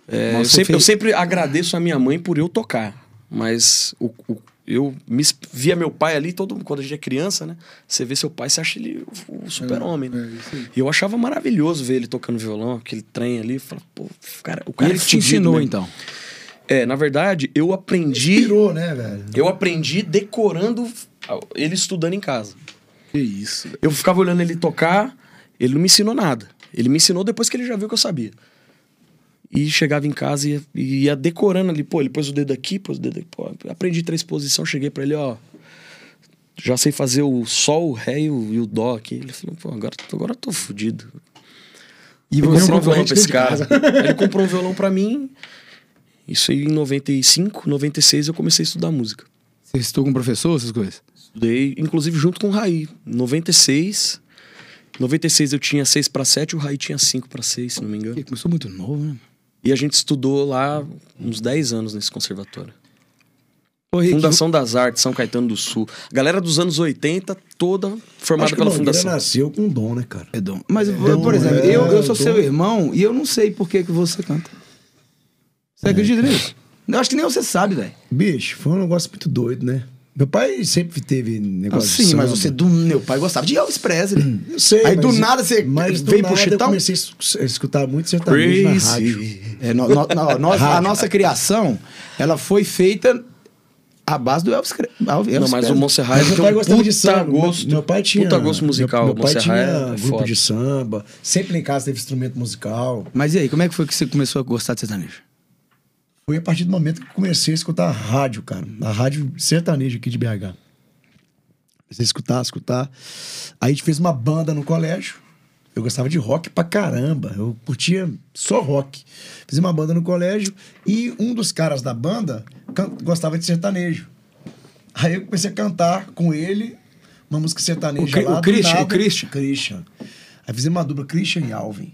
É, Nossa, eu, sempre, eu eu sempre agradeço a minha mãe por eu tocar. Mas o, o- eu me es- via meu pai ali, todo quando a gente é criança, né? Você vê seu pai, você acha ele o, o super-homem, né? É, isso aí. E eu achava maravilhoso ver ele tocando violão, aquele trem ali. Eu Falava, pô, cara, o E cara ele é te fudido ensinou, mesmo. então. É, na verdade, eu aprendi. Virou, né, velho? Eu aprendi decorando ah, ele estudando em casa. Que isso. Eu ficava olhando ele tocar, ele não me ensinou nada. Ele me ensinou depois que ele já viu que eu sabia. E chegava em casa e ia, e ia decorando ali, pô, ele pôs o dedo aqui, pôs o dedo aqui, pô, aprendi três posições, cheguei pra ele, ó, já sei fazer o sol, o ré e o, e o dó aqui. Ele falou, pô, agora, agora eu tô fudido. E Ele você comprou um violão provavelmente pra esse cara. Aí ele comprou um violão pra mim, isso aí em 95, 96 eu comecei a estudar música. Você estudou com um professor, essas coisas? Estudei, inclusive, junto com o Raí. 96. 96 eu tinha 6 para 7, o Raí tinha 5 para 6, se não me engano. Porque começou muito novo, né? E a gente estudou lá uns 10 anos nesse conservatório. Ô, Rick, Fundação das Artes, São Caetano do Sul. A galera dos anos 80, toda formada Acho que pela o Nogueira Fundação. nasceu com dom, né, cara? É dom. Mas, eu- dom, por exemplo, é eu, eu sou dom. seu irmão e eu não sei por que, que você canta. Você acredita nisso? Eu acho que nem você sabe, velho. Bicho, foi um negócio muito doido, né? Meu pai sempre teve Ah, negócio de Sim, mas samba. você, do meu pai, gostava de Elvis Presley. Eu sei, Aí mas- do nada você mas do veio pro nada chitão? Eu comecei a es- a escutar muito sertanejo na Crazy. rádio. É, no- no- no- (laughs) nós- a nossa criação, ela foi feita à base do Elvis, Cre- Elvis Não, mas o Presley. Monserrat meu tem pai um gostava puta de samba. Meu- gosto. Meu pai tinha. Puta gosto musical. Meu, meu pai tinha Monserrat é grupo foda. de samba. Sempre em casa teve instrumento musical. Mas e aí, como é que foi que você começou a gostar de sertanejo? Foi a partir do momento que eu comecei a escutar a rádio, cara. A rádio sertaneja aqui de BH. Comecei a escutar, escutar. Aí a gente fez uma banda no colégio. Eu gostava de rock pra caramba. Eu curtia só rock. Fiz uma banda no colégio e um dos caras da banda can- gostava de sertanejo. Aí eu comecei a cantar com ele uma música sertaneja O Cri- lá. o do Christian, nada. o Christian? Christian. Aí fizemos uma dupla Christian e Alvin.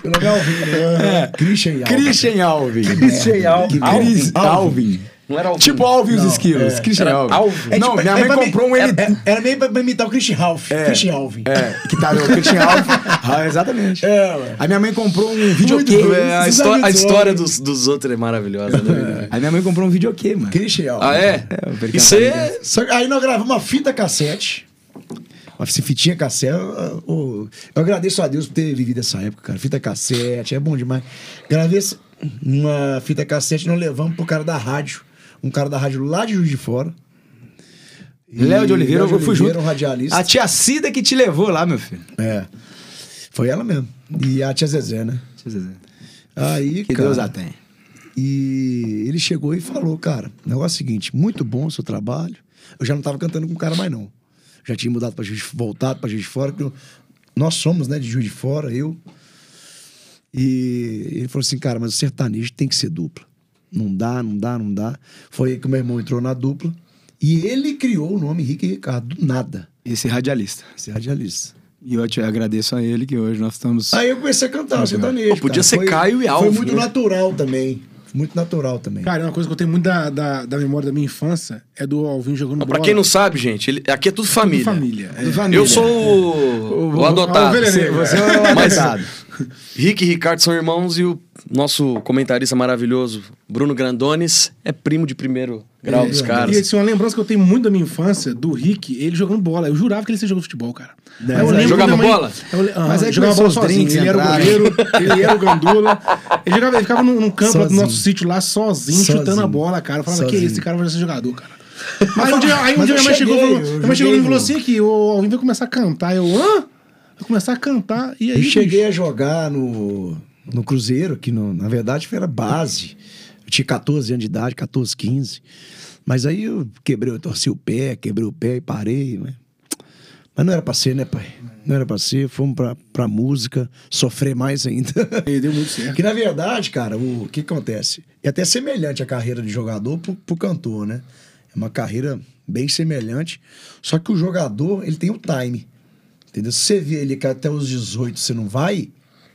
Foi legal, (laughs) né? Christian e Alvin. É. Alvin. Christian Alvin. Chris- Alvin. Alvin. Não era o Tipo Alvin e os Não, esquilos. é. Christian Era Alvin. Alvin. É Não, tipo- minha é mãe pra comprou mi- um ele. é- é- Era meio pra pra imitar o Christian Ralph. Christian Alvin. É, que tá o Christian Alvin. (laughs) Ah, exatamente. É, ué. A minha mãe comprou um videokê. doido. É, a, Esses histó- a amigos história olham. dos, dos outros é maravilhosa, (laughs) né? A minha mãe comprou um videokê, mano. Christian Alvin. ah, é? É, eu perdi Isso a é... Só que aí nós gravamos uma fita cassete. Uma fi- fitinha cassete. Eu, eu- eu agradeço a Deus por ter vivido essa época, cara. Fita cassete, é bom demais. Gravei essa- uma fita cassete, nós levamos pro cara da rádio. Um cara da rádio lá de Juiz de Fora. Léo de Oliveira, Léo de eu fui Oliveira, junto. um radialista. A tia Cida que te levou lá, meu filho. É. Foi ela mesmo. E a tia Zezé, né? Tia Cida. Aí, Que cara, Deus a tem. E ele chegou e falou, cara, o negócio é o seguinte, muito bom o seu trabalho. Eu já não tava cantando com o cara mais, não. Já tinha mudado pra Juiz de voltado pra Juiz de Fora, porque eu- nós somos, né, de Juiz de Fora, eu. E ele falou assim, cara, mas o sertanejo tem que ser dupla. Não dá, não dá, não dá. Foi aí que o meu irmão entrou na dupla. E ele criou o nome Henrique e Ricardo, do nada. Esse radialista. Esse radialista. E eu te agradeço a ele que hoje nós estamos. Aí eu comecei a cantar o sertanejo. Pô, podia cara. ser Foi- Caio e Alves, Foi muito né? natural também. Muito natural também. Cara, é uma coisa que eu tenho muito da, da, da memória da minha infância é do Alvinho jogando Ah, Pra bola. quem não sabe, gente, ele- aqui é tudo família. família. é. Família. Eu sou o, o adotado. ovelha Você, negra. você é o Mas- adotado. Rick e Ricardo são irmãos e o nosso comentarista maravilhoso, Bruno Grandones, é primo de primeiro grau dos E caras. assim, uma lembrança que eu tenho muito da minha infância, do Rick, ele jogando bola. Eu jurava que ele se jogou futebol, cara. Aí eu mas lembro jogava da minha bola? Eu le- Aham, Mas aí jogava bola começou os sozinho. drinks Ele era o entrarem. goleiro, ele era o gandula. Ele, jogava, ele ficava num, num campo lá do Sozinho. nosso sítio lá, sozinho, chutando Sozinho. a bola, cara. Eu falava, que é Sozinho. esse cara vai ser jogador, cara. Mas um dia, aí um mas dia eu minha mãe chegou e cheguei, falou, eu minha mãe chegou e joguei, falou mano. assim que o Alvin vai começar a cantar. Eu, hã? Vai começar a cantar. E aí, Eu cheguei bicho, a jogar no, no Cruzeiro, que no- na verdade era base. Eu tinha 14 anos de idade, 14, 15. Mas aí eu quebrei, eu torci o pé, quebrei o pé e parei. Mas, mas não era pra ser, né, pai? Não era pra ser. Fomos pra, pra música, sofrer mais ainda. (laughs) aí deu muito certo. que na verdade, cara, o que acontece? É até semelhante a carreira de jogador pro, pro cantor, né? É uma carreira bem semelhante. Só que o jogador, ele tem o time. Entendeu? Se você vê ele que até os 18 você não vai,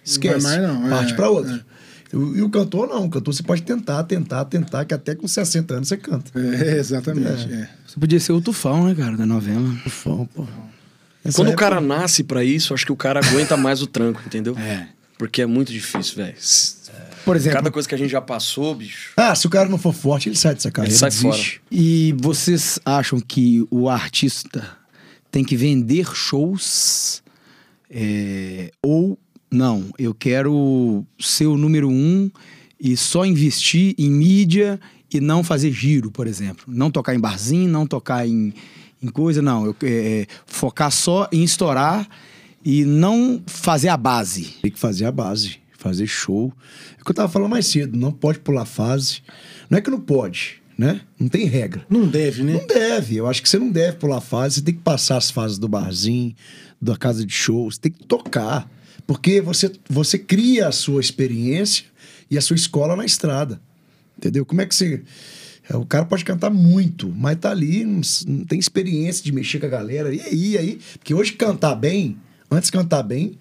esquece. mais não, é, parte pra outra. é. E o- E o cantor não, o cantor você pode tentar, tentar, tentar, que até com 60 anos você canta. É, exatamente. é. Você podia ser o Tufão, né, cara, da novela. Fão, pô. Essa Quando o época- cara nasce pra isso, acho que o cara aguenta mais o tranco, entendeu? É. Porque é muito difícil, velho. Por exemplo, Cada coisa que a gente já passou, bicho. Ah, se o cara não for forte, ele sai dessa carreira. Ele sai desiste. E vocês acham que o artista tem que vender shows? É, ou não, eu quero ser o número um e só investir em mídia e não fazer giro, por exemplo. Não tocar em barzinho, não tocar em, em coisa, não. Eu, é, é, focar só em estourar e não fazer a base. Tem que fazer a base, fazer show. É o que eu tava falando mais cedo, não pode pular fase. Não é que não pode, né? Não tem regra. Não deve, né? Não deve, eu acho que você não deve pular fase, você tem que passar as fases do barzinho, da casa de show, você tem que tocar. Porque você, você cria a sua experiência e a sua escola na estrada. Entendeu? Como é que você. é, O cara pode cantar muito, mas tá ali, não, s- não tem experiência de mexer com a galera. E aí, e aí? Porque hoje cantar bem, antes de cantar bem,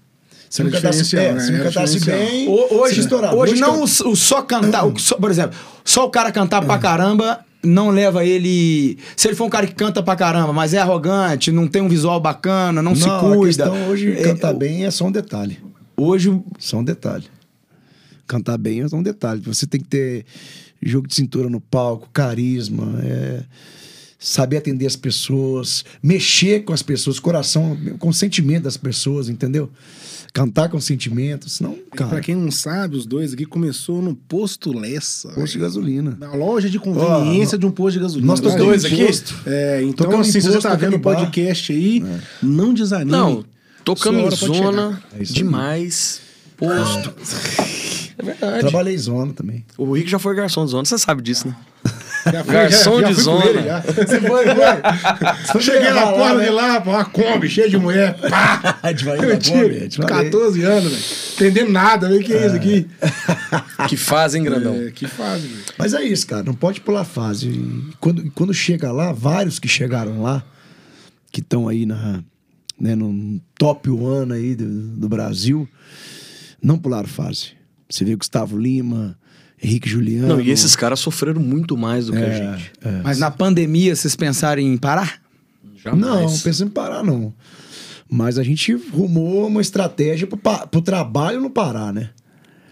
se Era não cantasse, diferencial, é, né? se não Era cantasse diferencial. bem, Ho- você Hoje, estourava. hoje Hoje não can- o, o só cantar, o só- por exemplo, só o cara cantar pra caramba não leva ele. Se ele for um cara que canta pra caramba, mas é arrogante, não tem um visual bacana, não, se não, a cuida. questão hoje é, cantar bem é só um detalhe. Hoje Só um detalhe. Cantar bem é só um detalhe. Você tem que ter jogo de cintura no palco, carisma, é, saber atender as pessoas, mexer com as pessoas, coração, com o sentimento das pessoas, entendeu? Cantar com sentimento, senão, Pra cara, quem não sabe, os dois aqui começou no posto Lessa. posto de velho. gasolina. Na loja de conveniência de um posto de gasolina. nós Lá tocamos de em posto. É, então Tocamos em assim, você posto, tá vendo o tocamos em bar. podcast aí, não desanime. Não, tocando Sua em hora pode zona, chegar. É isso aí. demais, posto. É verdade. Trabalhei zona também. O Rick já foi garçom de zona, você sabe disso, né? Já fui- já- Garçom já fui de com zona. ele, já. Você foi, (laughs) foi? Cheguei na porta de lá, pô, uma Kombi cheia de mulher. Pá! (laughs) A (laughs) tá gente vai Eu tive 14 anos, velho. Entendendo nada, velho. Que é isso aqui? (laughs) Que fazem, grandão. É, que fase, velho. Mas é isso, cara. Não pode pular fase. E quando, e quando chega lá, vários que chegaram lá, que estão aí na, né, no top one aí do, do Brasil, não pularam fase. Você vê Gustavo Lima, Henrique Juliano. É, Não, e esses caras sofreram muito mais do que a gente. Mas na pandemia, vocês pensaram em parar? Jamais. Não, não pensando em parar, não. Mas a gente rumou uma estratégia pro, pa- pro trabalho não parar, né?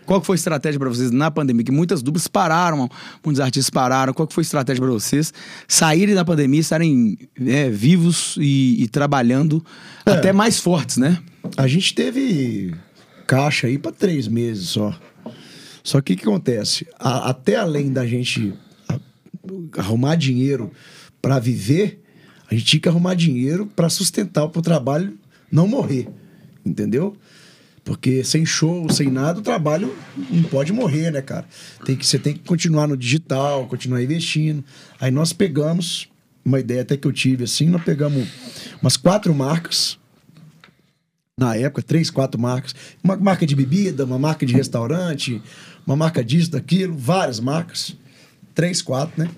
Qual que foi a estratégia pra vocês na pandemia? Que muitas duplas pararam, muitos artistas pararam. Qual que foi a estratégia pra vocês saírem da pandemia, estarem é, vivos e, e trabalhando até mais fortes, né? A gente teve caixa aí para três meses só. Só que o que acontece? A- até além da gente a- arrumar dinheiro para viver, A gente tinha que arrumar dinheiro para sustentar o trabalho não morrer, entendeu? Porque sem show, sem nada, o trabalho não pode morrer, né, cara? Tem que, você tem que continuar no digital, continuar investindo. Aí nós pegamos, uma ideia até que eu tive assim, nós pegamos umas quatro marcas, na época, três, quatro marcas. Uma marca de bebida, uma marca de restaurante, uma marca disso, daquilo, várias marcas. Três, quatro, né?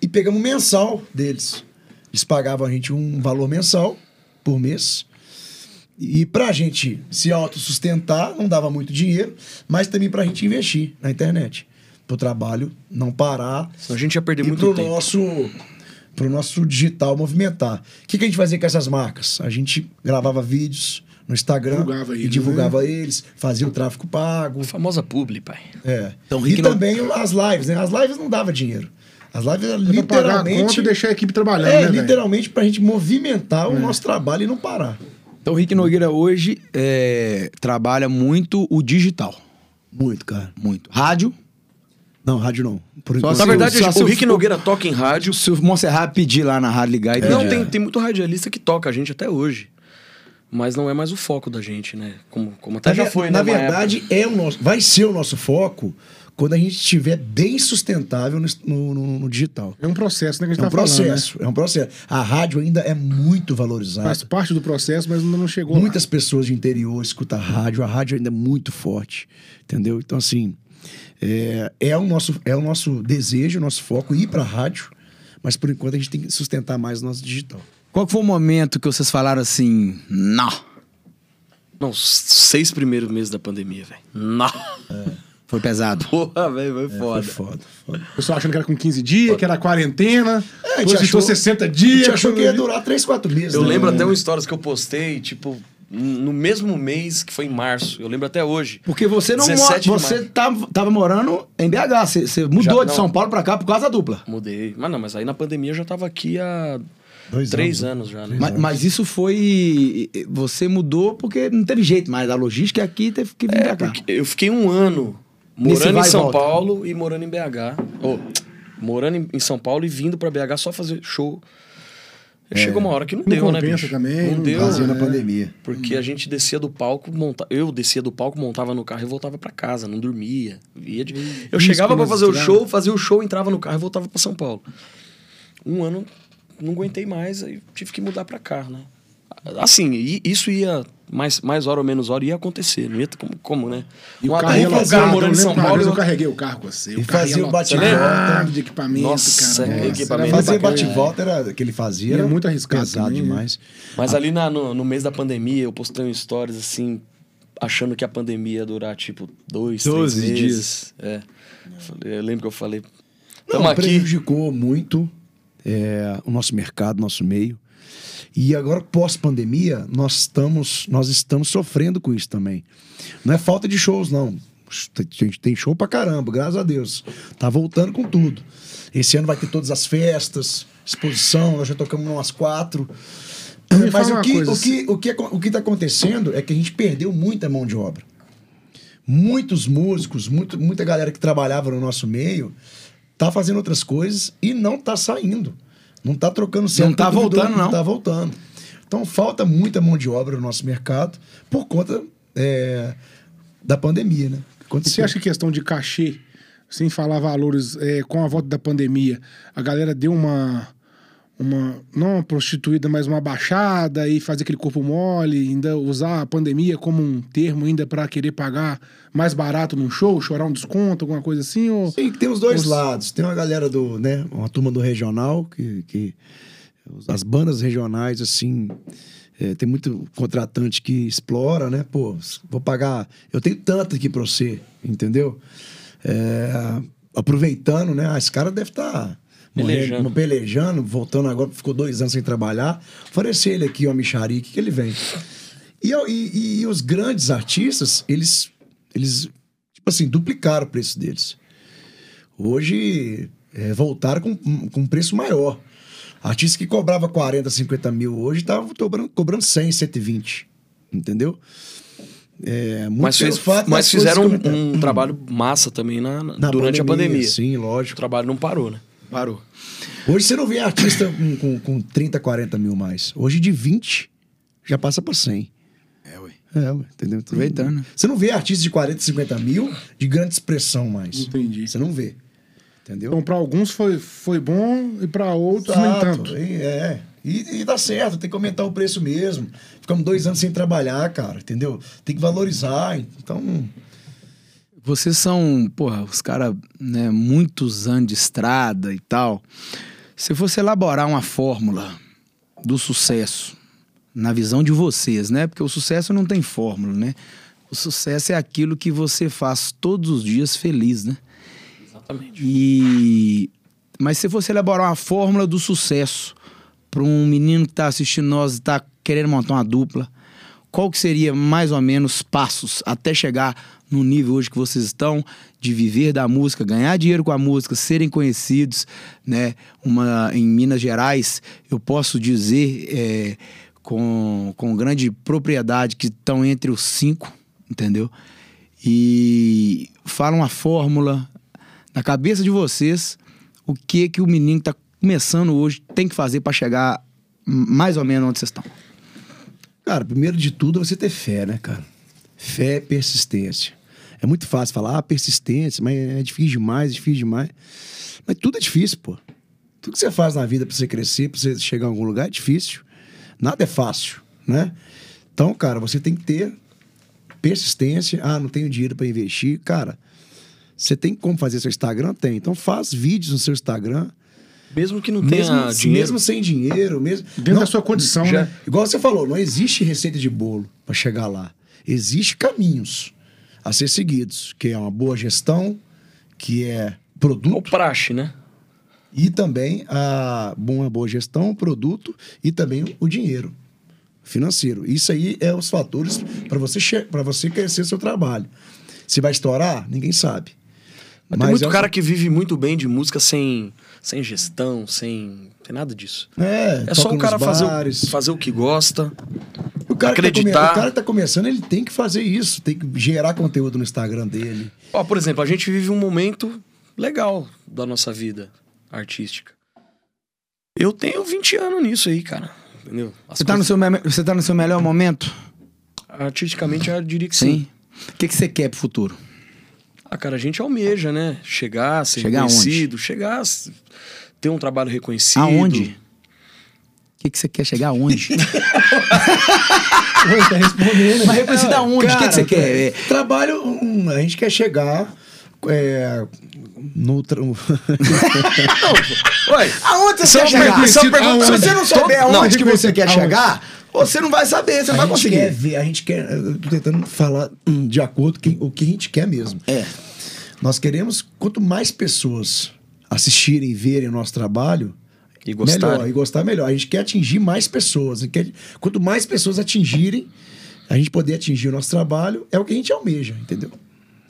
E pegamos o mensal deles. Eles pagavam a gente um valor mensal por mês. E pra gente se autossustentar, não dava muito dinheiro, mas também pra gente investir na internet. Pro trabalho não parar. Senão a gente ia perder e muito pro tempo. nosso pro nosso digital movimentar. O que, que a gente fazia com essas marcas? A gente gravava vídeos no Instagram Divulgava e eles, divulgava né? eles, fazia o tráfego pago. A famosa publi, pai. É. Então, e Rick não- também as lives, né? As lives não dava dinheiro. As lives era Pra pagar a conta literalmente. e deixar a equipe trabalhando, É, né, velho? É. literalmente pra gente movimentar o nosso trabalho e não parar. Então, o Rick Nogueira hoje é, trabalha muito o digital. Muito, cara. Muito. Rádio. Não, rádio não. Por Só enquanto- se- Na verdade, só se o eu Rick for- Nogueira toca em rádio. Se o Monserrat pedir lá na rádio ligar e pedir. É. Não, tem, tem muito radialista que toca a gente até hoje. Mas não é mais o foco da gente, né? Como, como até Na já ver- foi, Na né, uma verdade, época. é o nosso, vai ser o nosso foco quando a gente estiver bem sustentável no, no- no- no digital. É um processo, né, que a gente É um tá falando, processo, é um processo. A rádio ainda é muito né? valorizada. Faz parte do processo, mas ainda não chegou lá. Muitas pessoas de interior escutam rádio, a rádio ainda é muito forte, entendeu? Então, assim, é, é o, nosso, é o nosso desejo, o nosso foco ir para rádio, mas por enquanto a gente tem que sustentar mais o nosso digital. Qual que foi o momento que vocês falaram assim, não? Não, os seis primeiros meses da pandemia, velho. Na (laughs) Foi pesado. porra, velho, foi foda. É, Foi foda. foda. O pessoal achando que era com 15 dias, que era quarentena. a É, gente achou- 60 A dias. gente achou que ia tudo durar três, quatro meses. Eu né? lembro até um stories que eu postei, tipo, no mesmo mês que foi em março. Eu lembro até hoje. Porque você não 17 mora, de você maio. tava, tava morando em BH, você, você mudou Já- de não. São Paulo pra cá por causa da dupla. Mudei. Mas não, mas aí na pandemia eu já tava aqui há Dois três anos. anos, já, né? Ma- Mas, isso foi. Você mudou porque não teve jeito, mas a logística é aqui teve que vir pra cá. É, Porque eu fiquei um ano Nesse morando em vai e São volta. Paulo e morando em BH. Ou, morando em- em São Paulo e vindo pra BH só fazer show. Chegou uma hora que não, Não deu, né, compensa bicho? também, não, não deu. fazia Vazio na É. pandemia. Porque a gente descia do palco, monta... eu descia do palco, montava no carro e voltava pra casa, não dormia. Ia de- Eu chegava pra nós fazer o estragamos. show, fazia o show, entrava no carro e voltava pra São Paulo. Um ano não aguentei mais, aí tive que mudar pra cá, né? Assim, e isso ia mais, mais hora ou menos hora ia acontecer, não ia ter como, como né? E Um o carro é atarrafo, um enlatado, carro eu morando em lembro São uma Paulo. vez eu- Eu carreguei o carro com você. E fazia o bate-volta. um de equipamento, Nossa, cara. é, era equipamento muito Fazer bacana, bacana. bate-volta era que ele fazia. E é muito arriscado Pesado também, né? demais. Mas ali na- no, no mês da pandemia, eu postei um stories assim, achando que a pandemia ia durar tipo dois, 12 três dias. meses. É. Falei- Eu lembro que eu falei. Não, Estamos Então, aqui. prejudicou muito é, o nosso mercado, nosso meio. E agora, pós-pandemia, nós estamos, nós estamos sofrendo com isso também. Não é falta de shows, não. A gente tem show pra caramba, graças a Deus. Tá voltando com tudo. Esse ano vai ter todas as festas, exposição, nós já tocamos umas quatro. Me Mas fala o uma que, coisa, o, que, o, que, acon- o que tá acontecendo é que a gente perdeu muita mão de obra. Muitos músicos, muito, muita galera que trabalhava no nosso meio tá fazendo outras coisas e não tá saindo. Não tá trocando certo. Não tá com o voltando, dono, não. tá voltando. Então falta muita mão de obra no nosso mercado por conta é, da pandemia, né? Aconteceu. Você acha que questão de cachê, sem falar valores, é, com a volta da pandemia, a galera deu uma. Uma, não uma prostituída, mas uma baixada e fazer aquele corpo mole, ainda usar a pandemia como um termo ainda pra querer pagar mais barato num show, chorar um desconto, alguma coisa assim? Ou... Sim, que tem os dois Os- lados. Tem uma galera do, né? Uma turma do regional, que, que as bandas regionais, assim, é, tem muito contratante que explora, né? Pô, vou pagar. Eu tenho tanto aqui pra você, entendeu? É, aproveitando, né? Ah, esse cara deve estar. Pelejando. Morrendo, pelejando, voltando agora, ficou dois anos sem trabalhar. Oferecer ele aqui, uma micharia, que que ele vem? E, eu- e- e os grandes artistas, eles, eles, tipo assim, duplicaram o preço deles. Hoje, é, voltaram com, com um preço maior. Artista que cobrava 40, 50 mil hoje, estava cobrando, cobrando 100, 120. Entendeu? É, muito Mas, pelo fez- fato mas das coisas fizeram que eu- um, um trabalho massa também na, na- na durante a pandemia. Sim, O lógico. trabalho não parou, né? Parou. Hoje você não vê artista com, com, com 30, 40 mil mais. Hoje de 20 já passa pra 100. É, ué. É, ué, entendeu? Então, Aproveitando. Você não vê artista de 40, 50 mil de grande expressão mais. Entendi. Você não vê. Entendeu? Então, pra alguns foi, foi bom e pra outros nem Exato, tanto. e- É. E, e dá certo, tem que aumentar o preço mesmo. Ficamos dois anos sem trabalhar, cara, entendeu? Tem que valorizar. Então, Vocês são, porra, os caras, né, muitos anos de estrada e tal. Se fosse elaborar uma fórmula do sucesso, na visão de vocês, né? Porque o sucesso não tem fórmula, né? O sucesso é aquilo que você faz todos os dias feliz, né? Exatamente. E mas se você elaborar uma fórmula do sucesso para um menino que está assistindo nós e está querendo montar uma dupla, qual que seria mais ou menos passos até chegar no nível hoje que vocês estão de viver da música, ganhar dinheiro com a música, serem conhecidos, né? Uma em Minas Gerais, eu posso dizer é, com, com grande propriedade que estão entre os cinco, entendeu? E falam a fórmula na cabeça de vocês, o que que o menino que tá começando hoje tem que fazer para chegar m- mais ou menos onde vocês estão? cara, primeiro de tudo é você ter fé, né, cara? Fé, persistência. É muito fácil falar, ah, persistência, mas é difícil demais, é difícil demais. Mas tudo é difícil, pô. Tudo que você faz na vida pra você crescer, pra você chegar em algum lugar, é difícil. Nada é fácil, né? Então, cara, você tem que ter persistência. Ah, não tenho dinheiro pra investir. Cara, você tem como fazer seu Instagram? Tem. Então, faz vídeos no seu Instagram. Mesmo que não tenha Mesmo, dinheiro. mesmo sem dinheiro, mesmo. Dentro Não, da sua condição, já- né? Igual você falou, não existe receita de bolo para chegar lá. Existem caminhos a ser seguidos, que é uma boa gestão, que é Ou produto praxe, né? e também a uma boa gestão, produto e também o dinheiro financeiro. Isso aí é os fatores para você para você crescer seu trabalho. Se vai estourar, ninguém sabe. Mas tem muito é um- cara que vive muito bem de música sem, sem gestão, sem, sem nada disso. é, É só toca o nos cara fazer bares. o, fazer o que gosta. O cara, Que tá Acreditar. come- o cara que tá começando, ele tem que fazer isso, tem que gerar conteúdo no Instagram dele. Ó, por exemplo, a gente vive um momento legal da nossa vida artística. Eu tenho 20 anos nisso aí, cara. Entendeu? As Você tá, no coisas- seu, me- você tá no seu melhor momento? Artisticamente, eu diria que sim. O que, que você quer pro futuro? Ah, cara, a gente almeja, né? Chegar, ser Chegar aonde? reconhecido, chegar, s- ter um trabalho reconhecido. Aonde? O que, que você quer chegar aonde? (laughs) Pô, tá respondendo. Mas reconhecido aonde? O que, que você né? Cara, quer? É, Trabalho, hum, a gente quer chegar é, no... Tra... (laughs) Ué, Aonde você Só quer chegar? reconhecido Só pergunta- Se aonde? você não souber Todo- não, aonde que você quer aonde? chegar, você não vai saber, você não vai a gente quer conseguir. ver, a gente quer... Eu tô tentando falar hum, de acordo com o que a gente quer mesmo. É. Nós queremos, quanto mais pessoas assistirem e verem o nosso trabalho... E gostaram. Melhor, e gostar melhor. A gente quer atingir mais pessoas. a gente quer- quanto mais pessoas atingirem, a gente poder atingir o nosso trabalho, é o que a gente almeja, entendeu?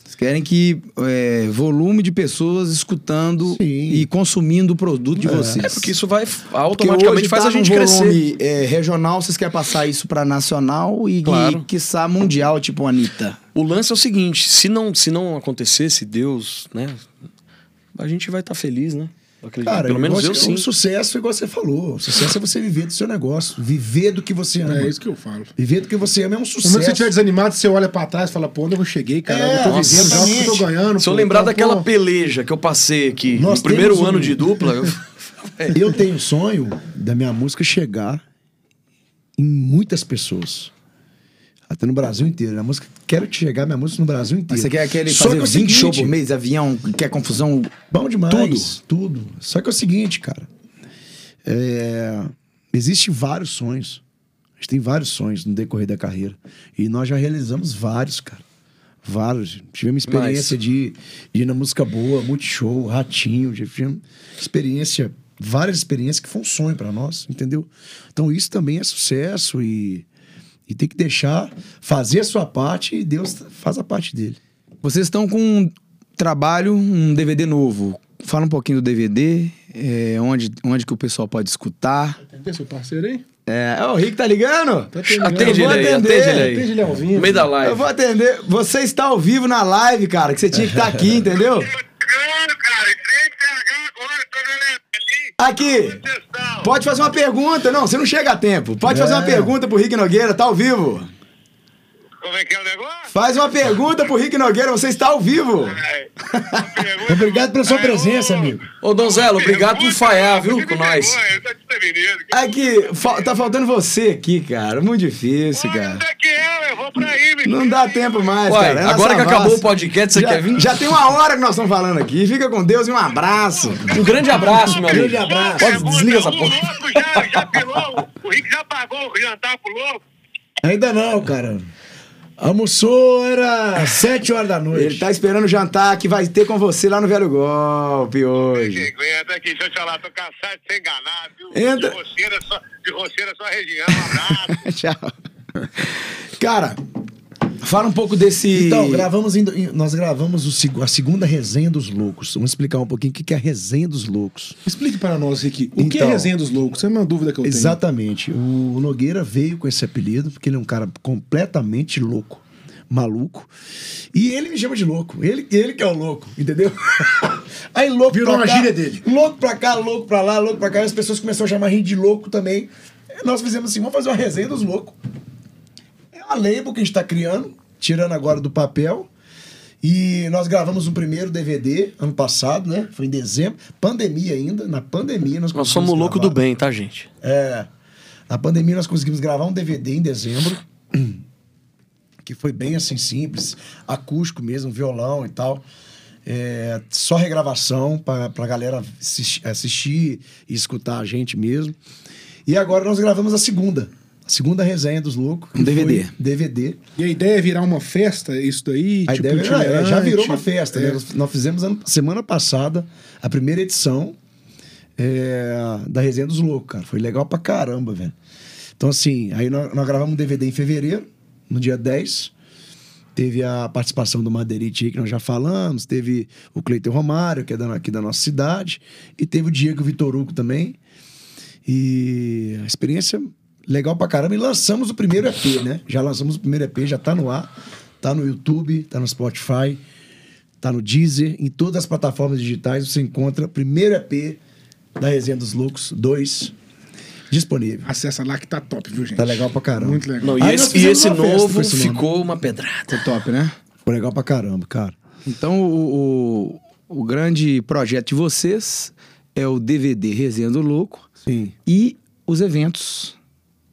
Vocês querem que é, volume de pessoas escutando Sim. e consumindo o produto de É. vocês. é porque isso vai f- Porque automaticamente hoje faz tá a gente num crescer. volume, é, regional, vocês querem passar isso pra nacional e, Claro. e quiçá mundial, tipo Anitta. O lance é o seguinte, se não, se não acontecer, se Deus, né? A gente vai estar feliz, né? Eu acredito. Cara, Pelo menos igual eu você- sim. O sucesso, igual você falou, o sucesso é você viver do seu negócio, viver do que você ama. É isso que eu falo. Viver do que você ama é um No momento que você sucesso. estiver desanimado, você olha pra trás e fala, pô, onde eu cheguei, cara? É, eu tô nossa, vivendo já o que eu tô exatamente. ganhando. Se eu pô, lembrar então, daquela pô, peleja que eu passei aqui Nós no primeiro temos um- ano de dupla, eu... (laughs) Eu tenho o sonho da minha música chegar em muitas pessoas. Até no Brasil inteiro. Minha música, quero te chegar, minha música no Brasil inteiro. Mas você quer aquele Só fazer que é o 20 shows seguinte, por mês, avião, quer confusão? Bom demais. Tudo. Tudo. Só que é o seguinte, cara. É... Existem vários sonhos. A gente tem vários sonhos no decorrer da carreira. E nós já realizamos vários, cara. Vários. Tivemos experiência de, de ir na música boa, multishow, ratinho. já Tivemos experiência, várias experiências que foi um sonho pra nós, entendeu? Então isso também é sucesso e, e tem que deixar fazer a sua parte e Deus faz a parte dele. Vocês estão com um trabalho, um DVD novo. Fala um pouquinho do DVD, é, onde, onde que o pessoal pode escutar. Tem seu parceiro aí? É, ó, o Rick tá ligando? Tá atendendo. atende Eu ele vou aí, atender. atende ele aí. Atende ele ao vivo. No meio da live. Eu vou atender. Você está ao vivo (laughs) na live, cara, que você tinha que estar aqui, tá entendeu? Chegando, cara. Entrei chegando agora, tô dando Aqui. Pode fazer uma pergunta. Não, você não chega a tempo. Pode fazer uma pergunta pro Rick Nogueira, tá ao vivo. Como é que é o negócio? Faz uma pergunta pro Rick Nogueira, você está ao vivo. Ai, uma pergunta- É. (laughs) Obrigado pela sua Ai, ô, presença, amigo. Ô, Donzelo, obrigado por pergunta, falhar, você viu, me com nós. pegou, eu tô desprevenido. Que- Aqui, fa- tá faltando você aqui, cara. Muito difícil, Olha, cara. onde é que é? Eu vou pra aí, bicho. Não dá tempo mais, Uai, cara. É na agora que savassi. acabou o podcast, você já, quer vir? Já tem uma hora que nós estamos falando aqui. Fica com Deus e um abraço. Um grande abraço, meu amigo. Grande abraço. Pode desliga essa É O porra. louco já, já pilou, o Rick já pagou o jantar pro louco. Ainda não, cara. Almoçou, era sete horas da noite. Ele tá esperando o jantar que vai ter com você lá no Velho Golpe hoje. (laughs) Entra aqui, deixa eu te falar, tô cansado de ser enganado, viu? Entra. De roceira só, de roceira só a Regiane, um abraço. Tchau. Cara, fala um pouco desse. Então, gravamos em- em- nós gravamos o seg- a segunda resenha dos loucos. Vamos explicar um pouquinho o que que é a resenha dos loucos. Explique para nós, Rick, o que é Então. resenha dos loucos? Essa é uma dúvida que eu tenho. Exatamente. O Nogueira veio com esse apelido porque ele é um cara completamente louco, maluco. E ele me chama de louco. Ele, ele que é o louco, entendeu? (laughs) Aí louco Virou pra uma cá, gíria dele. Louco pra cá, louco pra lá, louco pra cá. E as pessoas começaram a chamar a gente de louco também. Nós fizemos assim, vamos fazer uma resenha dos loucos. É uma label que a gente tá criando, tirando agora do papel. E nós gravamos um primeiro DVD ano passado, né? Foi em dezembro. Pandemia ainda. Na pandemia nós Nós somos conseguimos louco gravar. do bem, tá, gente? É. Na pandemia nós conseguimos gravar um DVD em dezembro, que foi bem assim simples, acústico mesmo, violão e tal. É, só regravação para a galera assisti- assistir e escutar a gente mesmo. E agora nós gravamos a segunda. A segunda resenha dos loucos. que Um DVD. foi DVD. E a ideia é virar uma festa, isso daí? A tipo, ideia era- já, itinerante? virou uma festa. né? É. Nós, nós fizemos ano- semana passada a primeira edição é, da Resenha dos Loucos, cara. Foi legal pra caramba, velho. Então, assim, aí nó- nós, gravamos um DVD em fevereiro, no dia 10. Teve a participação do Madeirite aí, que nós já falamos. Teve o Cleiton Romário, que é da, aqui da nossa cidade. E teve o Diego Vitor Hugo também. E a experiência legal pra caramba. E lançamos o primeiro EP, né? Já lançamos o primeiro EP, já tá no ar. Tá no YouTube, tá no Spotify, tá no Deezer. Em todas as plataformas digitais você encontra o primeiro EP da Resenha dos Loucos 2 disponível. Acessa lá que tá top, viu, gente? Tá legal pra caramba. Muito legal. Não, e Aí nós esse, e fizemos esse uma festa com novo esse nome. ficou uma pedrada. top, né? Foi legal pra caramba, cara. Então, o, o, o grande projeto de vocês é o DVD Resenha do Louco Sim. e os eventos.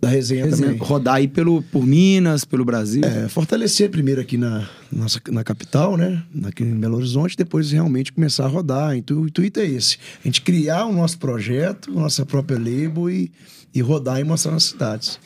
Da resenha também. rodar aí pelo, por Minas, pelo Brasil. É, fortalecer primeiro aqui na nossa na capital, né? Aqui em Belo Horizonte, depois realmente começar a rodar. Então, o intuito é esse: a gente criar o nosso projeto, a nossa própria label e, e rodar e mostrar nas cidades.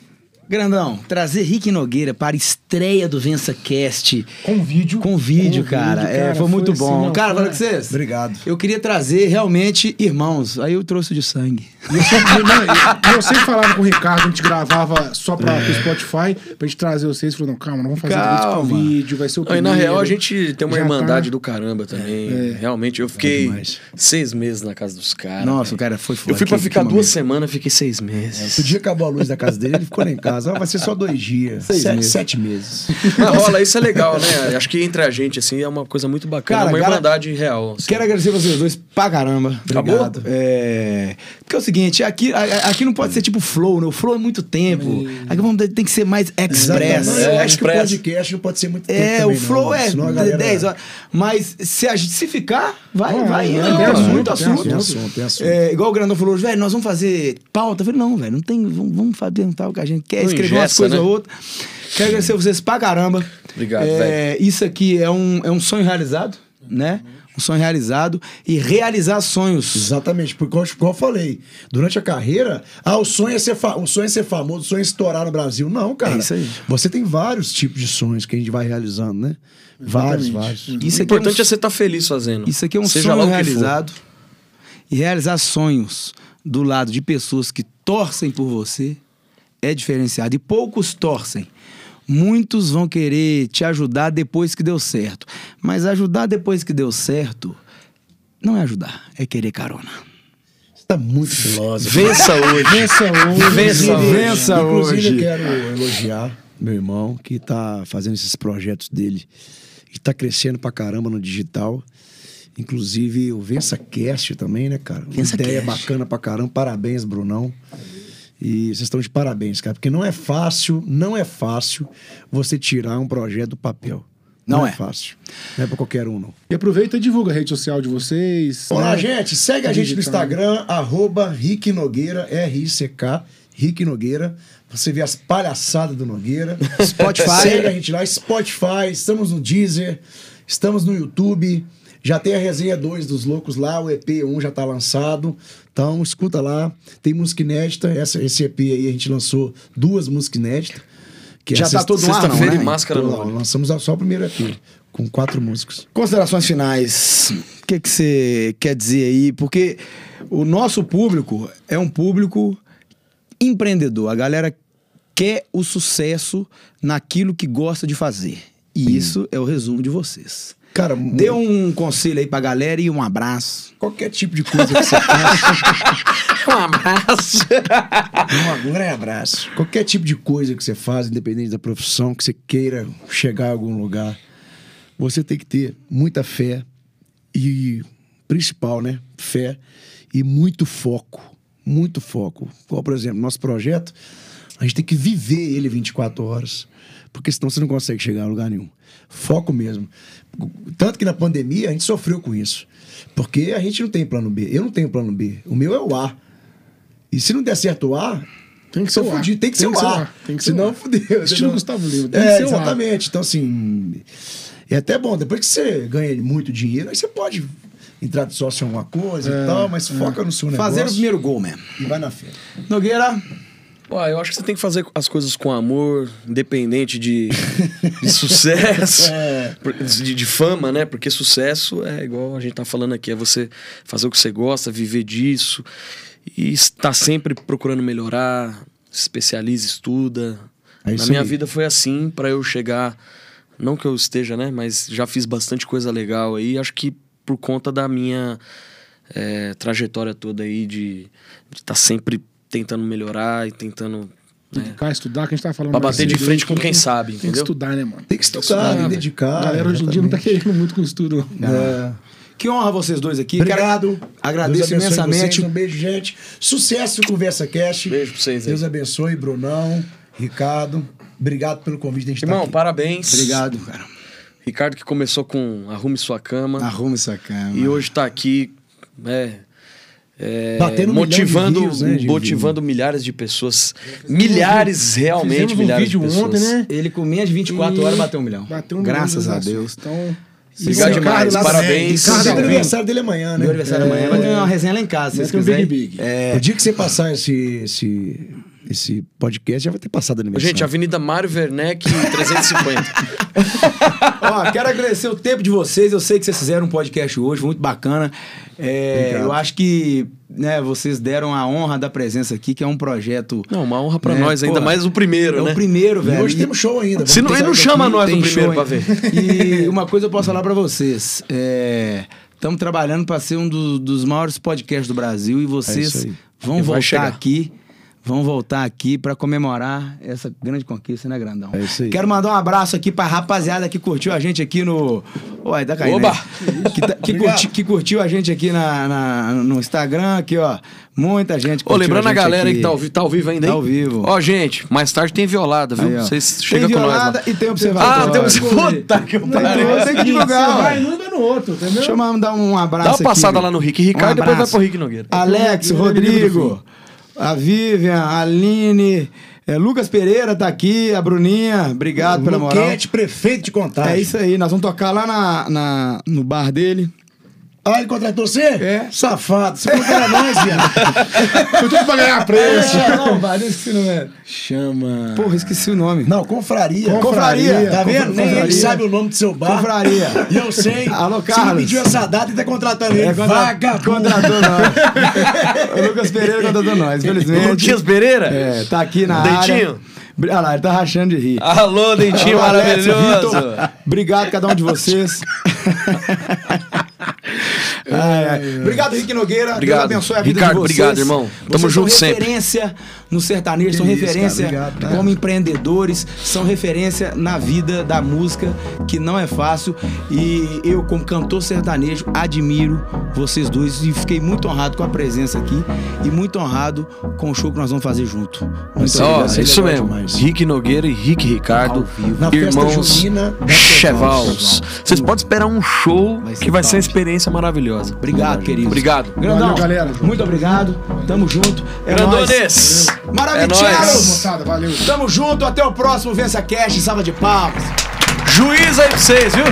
Grandão, trazer Rick Nogueira para a estreia do VençaCast. Com vídeo. Com vídeo, cara. É, foi, muito assim, bom. não, cara, foi- fala com vocês. Obrigado. Eu queria trazer realmente irmãos. Aí eu trouxe de sangue. E eu sempre, não, eu- eu sempre falava com o Ricardo, a gente gravava só pra, É. pro Spotify, pra gente trazer vocês. Falou, não, calma, não vamos fazer isso com Calma. vídeo, vai ser o Não, e primeiro. na real, a gente tem uma Já irmandade tá. do caramba também. Realmente, eu fiquei demais. seis meses na casa dos caras. Nossa, velho. o cara foi foda. é. Eu fui pra Que- ficar que duas momento. semanas, fiquei seis meses. O dia acabou a luz da casa dele, ele ficou lá em casa. Ah, vai ser só dois dias, Seis sete, meses. sete meses. Mas rola, isso é legal, né? Acho que entre a gente, assim, é uma coisa muito bacana. Cara, uma cara- irmandade real. assim. Quero agradecer vocês dois pra caramba. Acabou? Obrigado. É... Porque é o seguinte, aqui, a- a- aqui não pode ser tipo flow, né? O flow é muito tempo. Aqui vamos, ter- tem que ser mais express. Exatamente. É, Eu acho que o express. podcast não pode ser muito tempo É, também, o flow não. é Senão a 10 horas. Mas se, a gente, se ficar, vai, vai. Vai, vai, indo, tem cara. assunto, muito tem assunto. assunto, tem assunto. É, igual o Grandão falou, hoje, velho, nós vamos fazer pauta. Eu falei, não, velho, não tem. Vamos, vamos fazer um tal que a gente quer, Não escrever umas ingessa, coisas né? ou outras. Quero agradecer vocês pra caramba. Obrigado, é, Isso aqui é um, é um sonho realizado, né? Um sonho realizado. E realizar sonhos. Exatamente, porque como como eu falei, durante a carreira, ah, o sonho é ser, fa- o sonho é ser famoso, o sonho é estourar no Brasil. Não, cara. É isso aí. Você tem vários tipos de sonhos que a gente vai realizando, né? Vários, vários. Isso o aqui é um importante é você estar feliz fazendo. Isso aqui é um Seja lá sonho o que for. realizado. E realizar sonhos do lado de pessoas que torcem por você é diferenciado. E poucos torcem. Muitos vão querer te ajudar depois que deu certo. Mas ajudar depois que deu certo não é ajudar, é querer carona. Você tá muito filósofo. Vença hoje. Vença hoje. né? Vença Inclusive- hoje. Vença Inclusive, hoje. eu quero elogiar meu irmão que tá fazendo esses projetos dele. E tá crescendo pra caramba no digital. Inclusive o VençaCast também, né, cara? Uma VençaCast. ideia bacana pra caramba. Parabéns, Brunão. E vocês estão de parabéns, cara, porque não é fácil, não é fácil você tirar um projeto do papel. Não é. fácil. Não é pra qualquer um, não. E aproveita e divulga a rede social de vocês. Olá, né? gente. Segue a gente no Digital. Instagram, arroba Rick Nogueira, R-I-C-K, Rick Nogueira. Pra você ver as palhaçadas do Nogueira. Spotify. Segue a gente lá, Spotify, estamos no Deezer, estamos no YouTube. Já tem a resenha 2 dos Loucos lá, o EP 1 já tá lançado. Então, escuta lá. Tem música inédita. Essa, esse EP aí a gente lançou duas músicas inéditas. que é Já tá a sexta- todo no ar, não, sexta-feira né? em- Máscara Não, no olho. lançamos só o primeiro EP, com quatro músicos. Considerações finais. O que que você quer dizer aí? Porque o nosso público é um público empreendedor. A galera quer o sucesso naquilo que gosta de fazer. E isso é o resumo de vocês. Cara, Dê um conselho aí pra galera e um abraço. qualquer tipo de coisa que você (laughs) Um abraço. Um agora é abraço. Qualquer tipo de coisa que você faz, independente da profissão, que você queira chegar a algum lugar, você tem que ter muita fé e, principal, né? Fé e muito foco. Muito foco. Qual, por exemplo, nosso projeto, a gente tem que viver ele 24 horas, porque senão você não consegue chegar a lugar nenhum. Foco mesmo. Tanto que na pandemia a gente sofreu com isso, porque a gente não tem plano B. Eu não tenho plano B. O meu é o A. E se não der certo o A, Tem que ser tô o ar. fudido. Tem que ser o A. Tem que ser o Senão ar. fudeu. Estilo entendeu? Gustavo Lima. Tem que É, ser o ar. exatamente. Então, assim. É até bom, depois que você ganha muito dinheiro, aí você pode entrar de sócio em alguma coisa e tal, mas foca no Um seu negócio. Fazer o primeiro gol mesmo. E vai na fé. Nogueira, Ó, eu acho que você tem que fazer as coisas com amor, independente de, de (laughs) sucesso, É. por- de, de fama, né? Porque sucesso é igual a gente tá falando aqui, é você fazer o que você gosta, viver disso e estar sempre procurando melhorar, se especializa, estuda. É Na isso minha aí. vida foi assim para eu chegar, não que eu esteja, né? Mas já fiz bastante coisa legal aí. Acho que por conta da minha é, trajetória toda aí de estar sempre tentando melhorar e tentando Dedicar, estudar, que a gente tava falando. Pra mais bater de cedo, frente né? com quem sabe, Tem que entendeu? Ah, estudar, né, mano? Tem que estudar, tem que dedicar. A galera hoje em dia não tá exatamente. querendo muito com estudo. É. que honra vocês dois aqui. Obrigado. Quero- Agradeço Deus abençoe imensamente. vocês. Um beijo, gente. Sucesso, Conversa Cash. Beijo pra vocês aí. Deus abençoe, Brunão, Ricardo. Obrigado pelo convite da gente tá Irmão, aqui. parabéns. Obrigado, cara. Ricardo que começou com Arrume Sua Cama Arruma essa cama. e hoje tá aqui, né? é, Batendo um motivando, milhão de views, né, de motivando milhares de pessoas. Milhares, realmente, Fizemos milhares um vídeo de pessoas. ontem, né? Ele com menos de 24 E horas bateu um milhão. Bateu um milhão Graças de a vozes. Deus. Então, Obrigado e o demais, Ricardo lá- parabéns. Ricardo, é Ricardo Alvim. aniversário dele amanhã, né? Meu aniversário amanhã. Vai ter uma resenha lá em casa, se É. vocês Vai ter um quiserem. Big Big. É. O dia que você passar esse, esse, esse podcast, já vai ter passado aniversário. Gente, Avenida Mário Werneck (laughs) 350. Ó, quero agradecer o tempo de vocês. Eu sei que vocês fizeram um podcast hoje, foi muito bacana. É, Obrigado. eu acho que né, vocês deram a honra da presença aqui, que é um projeto. Não, uma honra pra Né, nós, ainda pô, mais o primeiro, é né? o primeiro, E velho. hoje E- um temos show ainda. Se não, Vamos ele não ter- chama nós Tem no primeiro pra show, (laughs) hein? ver. E uma coisa eu posso falar pra vocês. Estamos trabalhando pra ser um do- dos maiores podcasts do Brasil e vocês isso aí. vão E É vai voltar chegar. aqui. Vão voltar aqui pra comemorar essa grande conquista, né, Grandão? É isso aí. Quero mandar um abraço aqui pra rapaziada que curtiu a gente aqui no. Ué, da Caína. Oba! aí. Que, tá- que curti- que curtiu a gente aqui na, na- no Instagram, aqui, ó. Muita gente Ô, curtiu lembrando a, gente galera aí aqui. que tá ao, vi- tá ao vivo ainda, hein? Tá ao vivo. Ó, gente, mais tarde tem violada, viu? Aí, ó. Vocês Tem chegam com nós lá. violada e tem observatório. Ah, tem observatório. Puta que Tem um que- tem que divulgar, Você ué. vai num e vai no outro, entendeu? Deixa eu mandar um abraço. Dá uma passada aqui. lá no Rick Ricardo, depois Um abraço. Ah, vai pro Rick Nogueira. Alex, E o Rodrigo do Rodrigo, a Vivian, a Aline, é, Lucas Pereira tá aqui, a Bruninha, obrigado pela moral. Luquete, prefeito de contagem. É isso aí, nós vamos tocar lá na, na- no bar dele. Ah, ele contratou você? É. Safado. Você contratou nós, (laughs) viado. Foi tudo pra É, ganhar preço. É, (laughs) não, bar, esqueci o nome. Chama. Porra, esqueci o nome. Não, confraria. Confraria. Tá vendo? Confraria. Nem ele sabe o nome do seu bar. Confraria. E eu (laughs) sei. Alô, Você Carlos. me pediu essa data e tá contratando ele. É, contra- Vagabundo. Contratou nós. (laughs) o Lucas Pereira contratou (laughs) nós, infelizmente. Luquinhas Pereira? É, tá aqui na Dentinho? área. Olha lá, ele tá rachando de rir. Alô, Dentinho Alô, Alex, maravilhoso. Vitor, Obrigado a cada um de (laughs) vocês. Ai, ai. Obrigado, Henrique Nogueira. Obrigado. Deus abençoe a vida Ricardo, de vocês. obrigado, irmão. Tamo Vocês junto são sempre. referência Que isso, referência cara, obrigado, né? como empreendedores, são referência na vida da música, que não é fácil. E eu, como cantor sertanejo, admiro vocês dois e fiquei muito honrado com a presença aqui e muito honrado com o show que nós vamos fazer junto. Muito Ó, obrigado. é isso legal mesmo. demais. Rick Nogueira e Rick Ricardo, Na festa irmãos junina da Chevals. Vocês podem esperar um show Vai ser que vai top. ser uma experiência maravilhosa. Obrigado, querido. Obrigado. Grandão, Valeu, galera. Muito obrigado. Tamo junto. É nóis. Grandones! Maravilhoso. Valeu, moçada, valeu. Tamo junto. Até o próximo Vença Cast. Sala de palmas. Juiz aí pra vocês, viu?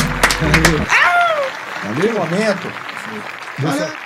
Valeu. momento. Você-